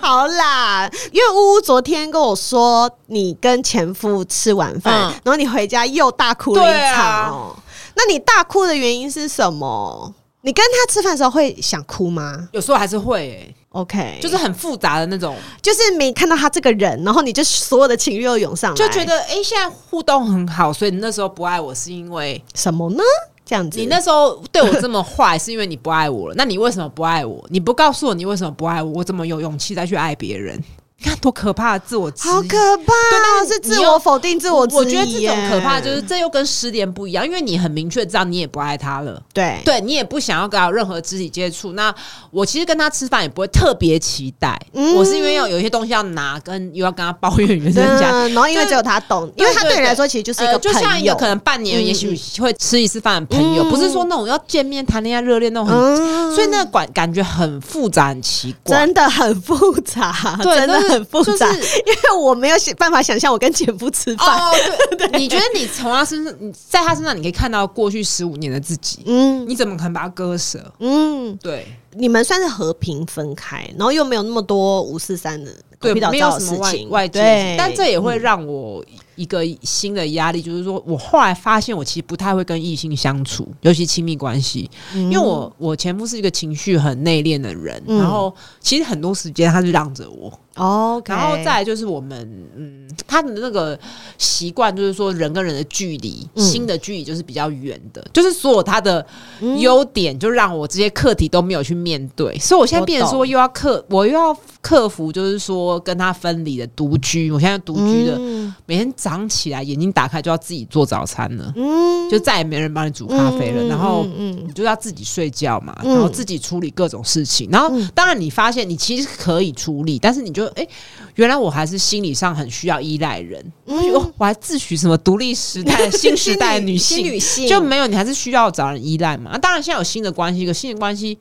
Speaker 1: 好啦，因为呜呜昨天跟我说，你跟前夫吃晚饭，
Speaker 2: 嗯
Speaker 1: 然后你回家又大哭了
Speaker 2: 对
Speaker 1: 一
Speaker 2: 啊
Speaker 1: 场哦、那你大哭的原因是什么？你跟他吃饭的时候会想哭吗
Speaker 2: 有时候还是会、欸，
Speaker 1: ？OK，
Speaker 2: 就是很复杂的那种，
Speaker 1: 就是没看到他这个人，然后你就所有的情绪又涌上来，
Speaker 2: 就觉得哎、欸现在互动很好，所以你那时候不爱我是因为
Speaker 1: 什么呢？这样子，
Speaker 2: 你那时候对我这么坏， 是因为你不爱我了。那你为什么不爱我？你不告诉我你为什么不爱我，我怎么有勇气再去爱别人？你看多可怕的自我质疑。
Speaker 1: 好可怕哦、
Speaker 2: 但是
Speaker 1: 是自
Speaker 2: 你
Speaker 1: 我
Speaker 2: 又
Speaker 1: 否定、自
Speaker 2: 我
Speaker 1: 质疑。
Speaker 2: 我觉得这种可怕，就是这又跟失恋不一样，因为你很明确知道你也不爱他了，
Speaker 1: 对
Speaker 2: 对你也不想要跟他有任何肢体接触。那我其实跟他吃饭也不会特别期待，
Speaker 1: 嗯
Speaker 2: 我是因为要有一些东西要拿，跟又要跟他抱怨原生
Speaker 1: 嗯
Speaker 2: 家庭。
Speaker 1: 然后因为只有他懂，因为他对你来说其实就是一
Speaker 2: 呃
Speaker 1: 个
Speaker 2: 就像
Speaker 1: 朋
Speaker 2: 一个
Speaker 1: 友，
Speaker 2: 可能半年，
Speaker 1: 嗯
Speaker 2: 也许会吃一次饭的朋友，
Speaker 1: 嗯
Speaker 2: 不是说那种要见面谈恋爱、热恋那种很
Speaker 1: 嗯
Speaker 2: 所 以那个感感觉很复杂、很奇 怪。
Speaker 1: 真的很复杂，
Speaker 2: 对
Speaker 1: 真的
Speaker 2: 就是
Speaker 1: 很复杂，
Speaker 2: 就是
Speaker 1: 因为我没有想办法想象我跟前夫吃饭。
Speaker 2: 哦， 对，你觉得你从他身上，你在他身上，你可以看到过去十五年的自己，
Speaker 1: 嗯
Speaker 2: 你怎么可能把他割舍？
Speaker 1: 嗯，
Speaker 2: 对
Speaker 1: 你们算是和平分开，然后又没有那么多五四三的狗
Speaker 2: 对，
Speaker 1: 屁倒
Speaker 2: 没有
Speaker 1: 灶的
Speaker 2: 什么
Speaker 1: 事
Speaker 2: 外嗯
Speaker 1: 情，
Speaker 2: 外界的事
Speaker 1: 对
Speaker 2: 情，，但这也会让我一个新的压力，就是说我后来发现，我其实不太会跟异性相处，尤其亲密关系，因为我我前夫是一个情绪很内敛的人，
Speaker 1: 嗯
Speaker 2: 然后其实很多时间他是让着我，
Speaker 1: 哦 OK，
Speaker 2: 然后再来就是我们，嗯，他的那个习惯就是说人跟人的距离，
Speaker 1: 嗯
Speaker 2: 新的距离就是比较远的，就是所有他的
Speaker 1: 嗯
Speaker 2: 优点，就让我这些课题都没有去面对，所以我现在变成
Speaker 1: 我
Speaker 2: 说又要克，我又要克服，就是说跟他分离的独居，我现在独居的，
Speaker 1: 嗯
Speaker 2: 每天早上起来眼睛打开就要自己做早餐了，
Speaker 1: 嗯
Speaker 2: 就再也没人帮你煮咖啡了，
Speaker 1: 嗯
Speaker 2: 然后
Speaker 1: 嗯嗯
Speaker 2: 你就要自己睡觉嘛，
Speaker 1: 嗯
Speaker 2: 然后自己处理各种事情。然后当然你发现你其实可以处理，但是你就哎、诶原来我还是心理上很需要依赖人。哦
Speaker 1: 嗯
Speaker 2: 我我还自诩什么独立 时代、新时代的女
Speaker 1: 新
Speaker 2: 性，
Speaker 1: 女性
Speaker 2: 就没有你还是需要找人依赖嘛。啊当然现在有新的关系，可新的关系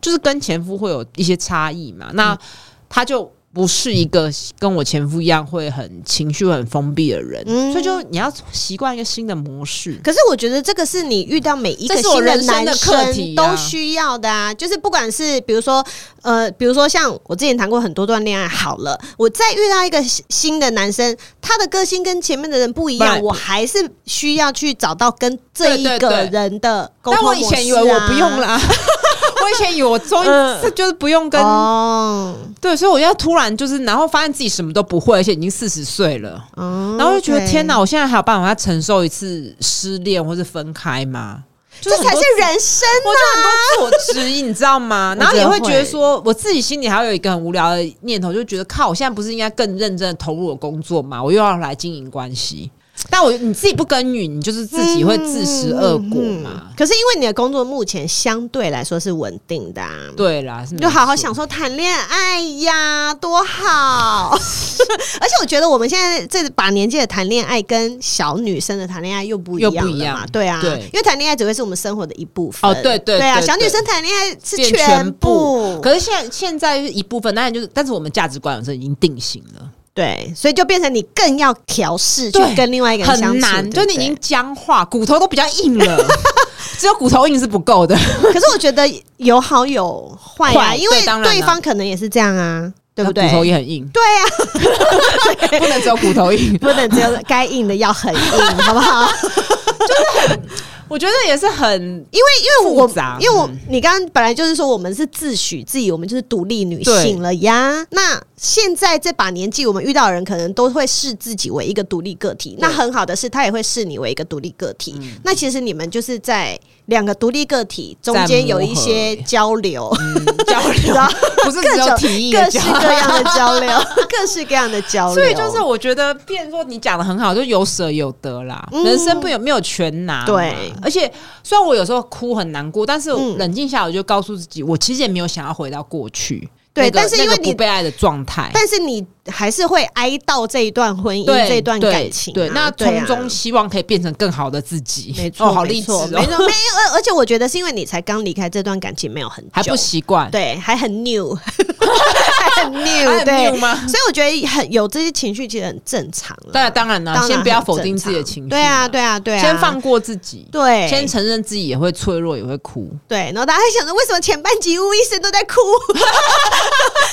Speaker 2: 就是跟前夫会有一些差异嘛。
Speaker 1: 嗯
Speaker 2: 那他就。不是一个跟我前夫一样会很情绪很封闭的人，
Speaker 1: 嗯
Speaker 2: 所以就你要习惯一个新的模式。
Speaker 1: 可是我觉得这个是你遇到每一个
Speaker 2: 这是我
Speaker 1: 新的
Speaker 2: 人生
Speaker 1: 男
Speaker 2: 的课
Speaker 1: 生
Speaker 2: 题
Speaker 1: 都
Speaker 2: 啊
Speaker 1: 需要的啊，就是不管是比如说呃，比如说像我之前谈过很多段恋爱，好了，我再遇到一个新新的男生，他的个性跟前面的人不一样，
Speaker 2: Right
Speaker 1: 我还是需要去找到跟这
Speaker 2: 对
Speaker 1: 一
Speaker 2: 对
Speaker 1: 个
Speaker 2: 对
Speaker 1: 人的 沟
Speaker 2: 但
Speaker 1: 通模
Speaker 2: 我
Speaker 1: 式、啊、
Speaker 2: 以前以为我不用啦， 我以前以为我终于
Speaker 1: 嗯
Speaker 2: 这就是不用跟、
Speaker 1: 哦，
Speaker 2: 对，所以我要突然就是，然后发现自己什么都不会，而且已经四十岁了，
Speaker 1: 然
Speaker 2: 然后就觉得天哪，，我现在还有办法再承受一次失恋或是分开吗？就
Speaker 1: 这才
Speaker 2: 很
Speaker 1: 是
Speaker 2: 多
Speaker 1: 人生啊
Speaker 2: 我就很多自我质疑，你知道 吗？然后也会觉得说，我自己心里还有一个很无聊的念头，就觉得靠，我现在不是应该更认真的投入我工作吗？我又要来经营关系，但我你自己不耕耘，你就是自己会自食恶果嘛。
Speaker 1: 可是因为你的工作目前相对来说是稳定的、啊，
Speaker 2: 对啦，是
Speaker 1: 你就好好
Speaker 2: 没错
Speaker 1: 享受谈恋爱呀，多 好！而且我觉得我们现在这把年纪的谈恋爱跟小女生的谈恋爱又不一样了
Speaker 2: 又不一
Speaker 1: 嘛
Speaker 2: 样
Speaker 1: 对啊，
Speaker 2: 对
Speaker 1: 因为谈恋爱只会是我们生活的一部分。
Speaker 2: 哦对对
Speaker 1: 啊，
Speaker 2: 对
Speaker 1: 小女
Speaker 2: 对
Speaker 1: 生谈恋爱是
Speaker 2: 变
Speaker 1: 全
Speaker 2: 部。可是现在现在一部分，当然就是，但是我们价值观有时候已经定型了，
Speaker 1: 对，所以就变成你更要调试去
Speaker 2: 对
Speaker 1: 跟另外一个人相处，
Speaker 2: 很难，就
Speaker 1: 对不
Speaker 2: 你已
Speaker 1: 对
Speaker 2: 经僵化，骨头都比较硬 了，只有骨头硬是不够的，
Speaker 1: 可是我觉得有好有坏啊，
Speaker 2: 坏
Speaker 1: 因为
Speaker 2: 对当然
Speaker 1: 对
Speaker 2: 啊
Speaker 1: 方可能也是这样啊，对不对？
Speaker 2: 骨头也很硬，
Speaker 1: 对啊，
Speaker 2: 不能只有骨头硬。
Speaker 1: 不能只有该硬的要很 硬，好不好？
Speaker 2: 我觉得也是很
Speaker 1: 因为因为我
Speaker 2: 复杂嗯
Speaker 1: 因为我你刚刚本来就是说我们是自诩自己，我们就是独立女性了呀。那现在这把年纪，我们遇到的人可能都会视自己为一个独立个体。那很好的是，他也会视你为一个独立个体。
Speaker 2: 嗯
Speaker 1: 那其实你们就是在两个独立个体中
Speaker 2: 在
Speaker 1: 间
Speaker 2: 磨
Speaker 1: 有一
Speaker 2: 合
Speaker 1: 些交流，
Speaker 2: 交流，不是只
Speaker 1: 各
Speaker 2: 嗯有
Speaker 1: 种
Speaker 2: 提议
Speaker 1: 各
Speaker 2: 的
Speaker 1: 式
Speaker 2: 交
Speaker 1: 各样的交流， 各式各样的交流。
Speaker 2: 所以就是我觉得，变说你讲的很好，就有舍有得啦。
Speaker 1: 嗯
Speaker 2: 人生不有没有全拿嘛，
Speaker 1: 对
Speaker 2: 而且虽然我有时候哭很难过，但是
Speaker 1: 嗯
Speaker 2: 冷静下来，我就告诉自己，我其实也没有想要回到过去。
Speaker 1: 对
Speaker 2: 那个
Speaker 1: 但是因为
Speaker 2: 那个
Speaker 1: 你
Speaker 2: 不被爱的状态，
Speaker 1: 但是你还是会哀悼这一段婚姻、
Speaker 2: 对
Speaker 1: 这一段
Speaker 2: 对
Speaker 1: 感情啊、
Speaker 2: 对，那
Speaker 1: 对啊
Speaker 2: 从中希望可以变成更好的自己，
Speaker 1: 没错，
Speaker 2: 哦，好
Speaker 1: 没
Speaker 2: 励志
Speaker 1: 错
Speaker 2: 哦，
Speaker 1: 没错，没有，呃而而且我觉得是因为你才刚离开这段感情没有很久，
Speaker 2: 还不习惯，
Speaker 1: 对，还很 new，很 new，
Speaker 2: 还很
Speaker 1: 对
Speaker 2: 谬。吗？
Speaker 1: 所以我觉得很有这些情绪其实很正常了。
Speaker 2: 当然，当然啦，
Speaker 1: 当然
Speaker 2: 先不要
Speaker 1: 很
Speaker 2: 否定
Speaker 1: 正
Speaker 2: 自己的
Speaker 1: 常
Speaker 2: 情绪，
Speaker 1: 对啊，，对啊，对啊，
Speaker 2: 先放过自己，
Speaker 1: 对，
Speaker 2: 先承认自己也会脆弱，也会哭，
Speaker 1: 对，然后大家还想着为什么前半集吴医生都在哭，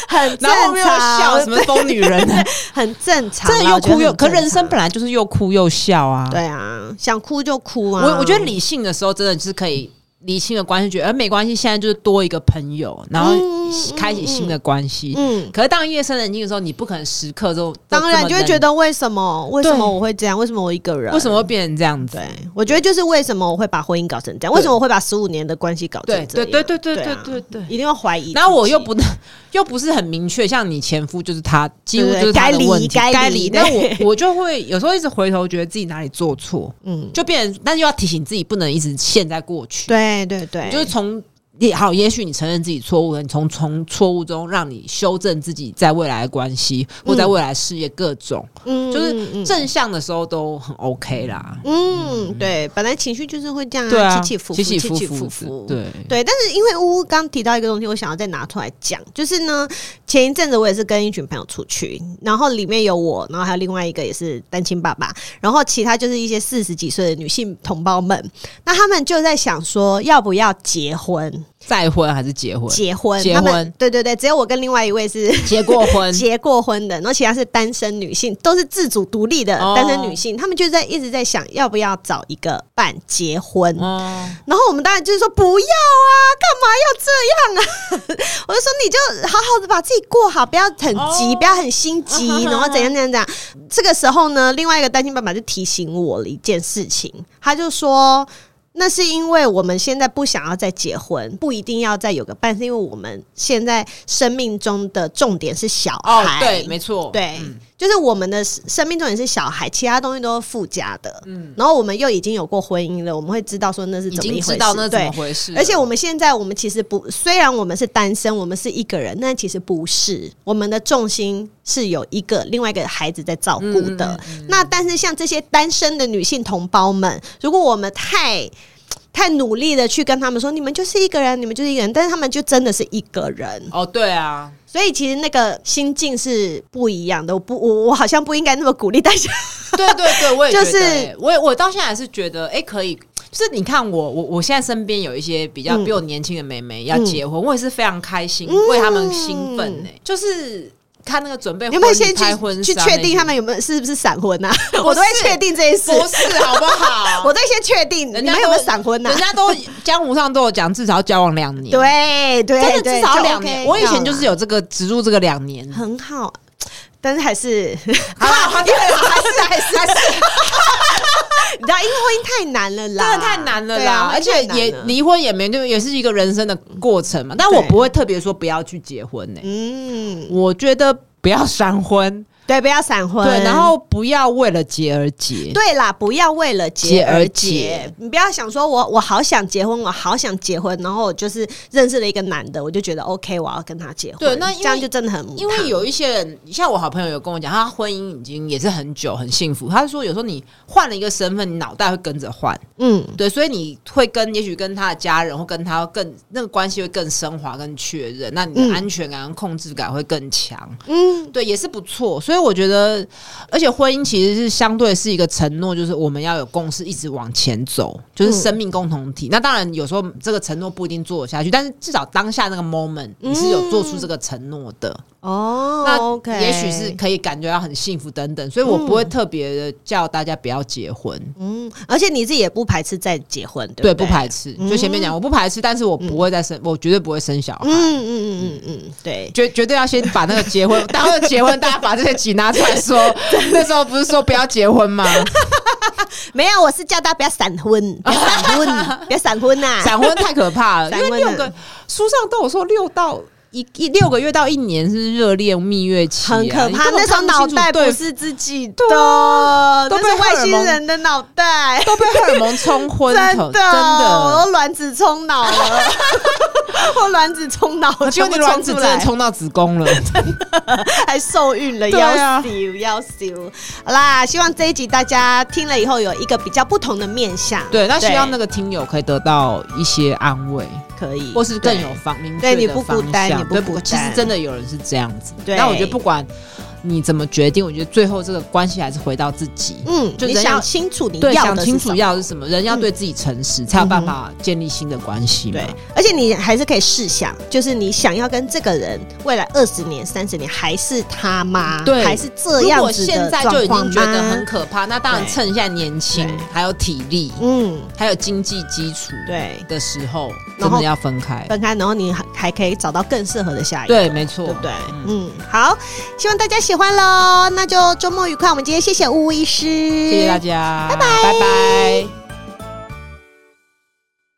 Speaker 1: 很正
Speaker 2: 然后后面又
Speaker 1: 常，
Speaker 2: 笑什么疯女人，
Speaker 1: 很正常啊，
Speaker 2: 真的又哭又，可人生
Speaker 1: 本
Speaker 2: 本来就是又哭又笑啊。
Speaker 1: 对啊，想哭就哭啊。
Speaker 2: 我我觉得理性的时候，真的就是可以理性的关系，觉得呃没关系，现在就是多一个朋友，然后
Speaker 1: 嗯嗯
Speaker 2: 开启新的关系。
Speaker 1: 嗯，
Speaker 2: 可是当夜深人静的时候，你不可能时刻都都
Speaker 1: 当然
Speaker 2: 这么
Speaker 1: 就会
Speaker 2: 冷
Speaker 1: 觉得为什么为什
Speaker 2: 对
Speaker 1: 么我会这样，为什么我一个人，
Speaker 2: 为什么会变成这样子？
Speaker 1: 对，我觉得就是为什么我会把婚姻搞成这样，为什么我会把十五年的关系搞成这
Speaker 2: 对
Speaker 1: 样？
Speaker 2: 对对对对
Speaker 1: 对
Speaker 2: 对
Speaker 1: 啊
Speaker 2: 对对。
Speaker 1: 一定要怀疑自己。
Speaker 2: 然后我又不能， 又不是很明确，像你前夫就是他，几乎
Speaker 1: 对对
Speaker 2: 就是他的
Speaker 1: 该离
Speaker 2: 问题
Speaker 1: 该离
Speaker 2: 该离。
Speaker 1: 对
Speaker 2: 那我我就会有时候一直回头，觉得自己哪里做错，
Speaker 1: 嗯，
Speaker 2: 就变成，但是又要提醒自己，不能一直陷在过去。
Speaker 1: 对对对，
Speaker 2: 就是从也好，也许你承认自己错误了，你从从错误中让你修正自己在未来的关系或在未来事业各种、
Speaker 1: 嗯
Speaker 2: 就是
Speaker 1: 嗯嗯
Speaker 2: 正向的时候都很 OK 啦。
Speaker 1: 嗯，对，本来情绪就是会这样、
Speaker 2: 对啊，
Speaker 1: 起起伏伏，
Speaker 2: 起
Speaker 1: 起
Speaker 2: 伏
Speaker 1: 起
Speaker 2: 伏
Speaker 1: 伏
Speaker 2: 之，
Speaker 1: 伏，
Speaker 2: 对
Speaker 1: 对，但是因为呜呜刚提到一个东西，我想要再拿出来讲，就是呢，前一阵子我也是跟一群朋友出去，然后里面有我，然后还有另外一个也是单亲爸爸，然后其他就是一些四十几岁的女性同胞们，那他们就在想说要不要结婚？
Speaker 2: 再婚还是结婚，
Speaker 1: 结婚？
Speaker 2: 结
Speaker 1: 他们
Speaker 2: 婚？
Speaker 1: 对对对，只有我跟另外一位是
Speaker 2: 结过婚，
Speaker 1: 结过婚的，然后其他是单身女性，都是自主独立的
Speaker 2: 哦
Speaker 1: 单身女性，她们就在一直在想要不要找一个伴结婚。
Speaker 2: 哦，
Speaker 1: 然后我们当然就是说不要啊，干嘛要这样啊？ 我就说你就好好的把自己过好，不要很急，
Speaker 2: 哦
Speaker 1: 不要很心急，
Speaker 2: 啊哈哈哈
Speaker 1: 然后怎样怎样怎样。这个时候呢，另外一个单亲爸爸就提醒我了一件事情，他就说。那是因为我们现在不想要再结婚，不一定要再有个伴，是因为我们现在生命中的重点是小
Speaker 2: 哦
Speaker 1: 孩，，
Speaker 2: 对，没错，
Speaker 1: 哎对，
Speaker 2: 嗯
Speaker 1: 就是我们的生命重点是小孩，其他东西都是附加的。嗯，然后我们又已经有过婚姻了，我们会知道说那是
Speaker 2: 已
Speaker 1: 怎么一
Speaker 2: 经
Speaker 1: 回事。
Speaker 2: 知道那怎
Speaker 1: 对
Speaker 2: 么回事了，
Speaker 1: 而且我们现在，我们其实不，虽然我们是单身，我们是一个人，但其实不是，我们的重心是有一个另外一个孩子在照顾
Speaker 2: 嗯
Speaker 1: 的。那但是像这些单身的女性同胞们，如果我们太太努力的去跟他们说，你们就是一个人，你们就是一个人，但是他们就真的是一个人，
Speaker 2: 哦，对啊，
Speaker 1: 所以其实那个心境是不一样的。我不，我我好像不应该那么鼓励大 家。
Speaker 2: 对对对，我也
Speaker 1: 就
Speaker 2: 觉得
Speaker 1: 是
Speaker 2: 欸我也我到现在还是觉得，哎、可以。就是你看我，我我现在身边有一些比较
Speaker 1: 嗯
Speaker 2: 比我年轻的妹妹要
Speaker 1: 嗯
Speaker 2: 结婚，我也是非常开心，为他们兴奋呢、就是看那个准备
Speaker 1: 有
Speaker 2: 婚
Speaker 1: 没有
Speaker 2: 礼
Speaker 1: 先
Speaker 2: 拍婚
Speaker 1: 去去
Speaker 2: 纱
Speaker 1: 确
Speaker 2: 那
Speaker 1: 定
Speaker 2: 些
Speaker 1: 他们有没有是不是闪 婚啊？我都会
Speaker 2: 是
Speaker 1: 确定这件事。
Speaker 2: 不是好不好？
Speaker 1: 我在先确定你
Speaker 2: 人家
Speaker 1: 们有没有
Speaker 2: 都
Speaker 1: 闪婚呐、啊
Speaker 2: 人 家都江湖上都有讲，至少交往两年，，
Speaker 1: 对对，
Speaker 2: 真的
Speaker 1: 对
Speaker 2: 至少
Speaker 1: 就
Speaker 2: 两
Speaker 1: OK
Speaker 2: 年。我以前
Speaker 1: 到
Speaker 2: 就是有这个植入这个两 年，
Speaker 1: 了很好，但是还是
Speaker 2: 好啦好啦
Speaker 1: 还是还 是还是，你知道，因为婚姻太难了啦，
Speaker 2: 真的太难了
Speaker 1: 对
Speaker 2: 啦，
Speaker 1: 啊
Speaker 2: 而且
Speaker 1: 婚姻
Speaker 2: 也。
Speaker 1: 太难了
Speaker 2: 离婚也没就也是一个人生的过程嘛。但我
Speaker 1: 对
Speaker 2: 不会特别说不要去结婚呢、
Speaker 1: 嗯，
Speaker 2: 我觉得不要闪婚，
Speaker 1: 对，不要闪婚。
Speaker 2: 对，然后不要为了结而结，
Speaker 1: 对啦，不要为了结
Speaker 2: 结而
Speaker 1: 而
Speaker 2: 结
Speaker 1: 结。你不要想说我我好想结婚，我好想结婚，然后我就是认识了一个男的，我就觉得 OK，我要跟他结婚。
Speaker 2: 对那因为
Speaker 1: 这样就真的很母
Speaker 2: 因为
Speaker 1: 汤
Speaker 2: 有一些人，像我好朋友有跟我讲，他婚姻已经也是很久很幸福。他说有时候你换了一个身份，你脑袋会跟着换，
Speaker 1: 嗯
Speaker 2: 对，所以你会跟也许跟他的家人或跟他更那个关系会更升华、更确认，那你
Speaker 1: 嗯
Speaker 2: 的安全感、控制感会更强。
Speaker 1: 嗯
Speaker 2: 对，也是不错。所以我觉得，而且婚姻其实是相对是一个承诺，就是我们要有共识，一直往前走，就是
Speaker 1: 嗯
Speaker 2: 生命共同体。那当然，有时候这个承诺不一定做得下去，但是至少当下那个 moment 你是有做出这个承诺的，
Speaker 1: 嗯哦，
Speaker 2: 那
Speaker 1: OK，
Speaker 2: 也许是可以感觉到很幸福等等。所以我不会特别的叫大家不要结婚。
Speaker 1: 嗯，而且你自己也不排斥再结婚，对不嗯对？
Speaker 2: 对，不排斥。就前面讲，我不排斥，但是我不会再生，我绝对不会生小孩。
Speaker 1: 嗯嗯嗯嗯嗯，对。
Speaker 2: 绝绝对要先把那个结婚，当时结婚，大家把这些集拿出 来说。那时候不是说不要结婚吗？
Speaker 1: 没有，我是叫大家不要闪婚，不要闪 婚，不要闪婚啊呐、
Speaker 2: 闪婚太可怕 了，
Speaker 1: 闪
Speaker 2: 因
Speaker 1: 婚啊
Speaker 2: 为六个书上都有说六到一一六个月到一年是热恋蜜月期啊、
Speaker 1: 很可怕。
Speaker 2: 你
Speaker 1: 那
Speaker 2: 根本
Speaker 1: 时候
Speaker 2: 看
Speaker 1: 脑
Speaker 2: 不清楚
Speaker 1: 袋不
Speaker 2: 对
Speaker 1: 是自己的，
Speaker 2: 对啊
Speaker 1: 那
Speaker 2: 都被
Speaker 1: 是
Speaker 2: 荷尔
Speaker 1: 外星
Speaker 2: 蒙
Speaker 1: 人的脑袋，
Speaker 2: 都被荷尔蒙 冲昏
Speaker 1: 真
Speaker 2: 头，
Speaker 1: 的，
Speaker 2: 真
Speaker 1: 我
Speaker 2: 的。
Speaker 1: 都卵子冲脑了， 我卵子冲脑，
Speaker 2: 我觉得
Speaker 1: 全
Speaker 2: 你
Speaker 1: 部
Speaker 2: 卵
Speaker 1: 冲
Speaker 2: 子
Speaker 1: 出
Speaker 2: 真
Speaker 1: 来
Speaker 2: 的，冲到子 宫了，
Speaker 1: 还受孕了，
Speaker 2: 对
Speaker 1: 要
Speaker 2: 啊
Speaker 1: 死要死。好啦，希望这一集大家听了以后有一个比较不同的面相。
Speaker 2: 对，那希望那个听友可以得到一些安慰，
Speaker 1: 可以，
Speaker 2: 或是更有方明
Speaker 1: 对
Speaker 2: 确
Speaker 1: 你
Speaker 2: 的
Speaker 1: 不孤
Speaker 2: 方
Speaker 1: 单
Speaker 2: 向
Speaker 1: 你不
Speaker 2: 对
Speaker 1: 孤
Speaker 2: 其实
Speaker 1: 单
Speaker 2: 真的有人是这样子。
Speaker 1: 对
Speaker 2: 那我觉得不管你怎么决定，我觉得最后这个关系还是回到自己。
Speaker 1: 嗯，
Speaker 2: 就
Speaker 1: 你
Speaker 2: 人要
Speaker 1: 想清楚你
Speaker 2: 对，
Speaker 1: 要
Speaker 2: 想
Speaker 1: 的
Speaker 2: 清
Speaker 1: 是什
Speaker 2: 楚
Speaker 1: 么。嗯
Speaker 2: 要的是什么，人要对自己诚实，才有办法建立新的关系嘛。
Speaker 1: 对，而且你还是可以试想，就是你想要跟这个人未来二十年、三十年还是他吗？
Speaker 2: 对
Speaker 1: 还是这
Speaker 2: 如
Speaker 1: 样
Speaker 2: 果
Speaker 1: 子
Speaker 2: 现
Speaker 1: 的
Speaker 2: 在就
Speaker 1: 状
Speaker 2: 已经
Speaker 1: 况
Speaker 2: 觉得
Speaker 1: 吗
Speaker 2: 很？可怕，那当然
Speaker 1: 对
Speaker 2: 趁现在年轻
Speaker 1: 对，
Speaker 2: 还有体力，
Speaker 1: 嗯，
Speaker 2: 还有经济基础
Speaker 1: 对，
Speaker 2: 的时候，
Speaker 1: 然
Speaker 2: 真
Speaker 1: 后
Speaker 2: 的要分开。
Speaker 1: 分开，然后你还还可以找到更适合的下一个。
Speaker 2: 对，没错，
Speaker 1: 对不对
Speaker 2: 嗯？
Speaker 1: 嗯，好，希望大家喜欢喽。那就周末愉快。我们今天谢谢呜呜医师，
Speaker 2: 谢谢大家，拜拜，拜拜。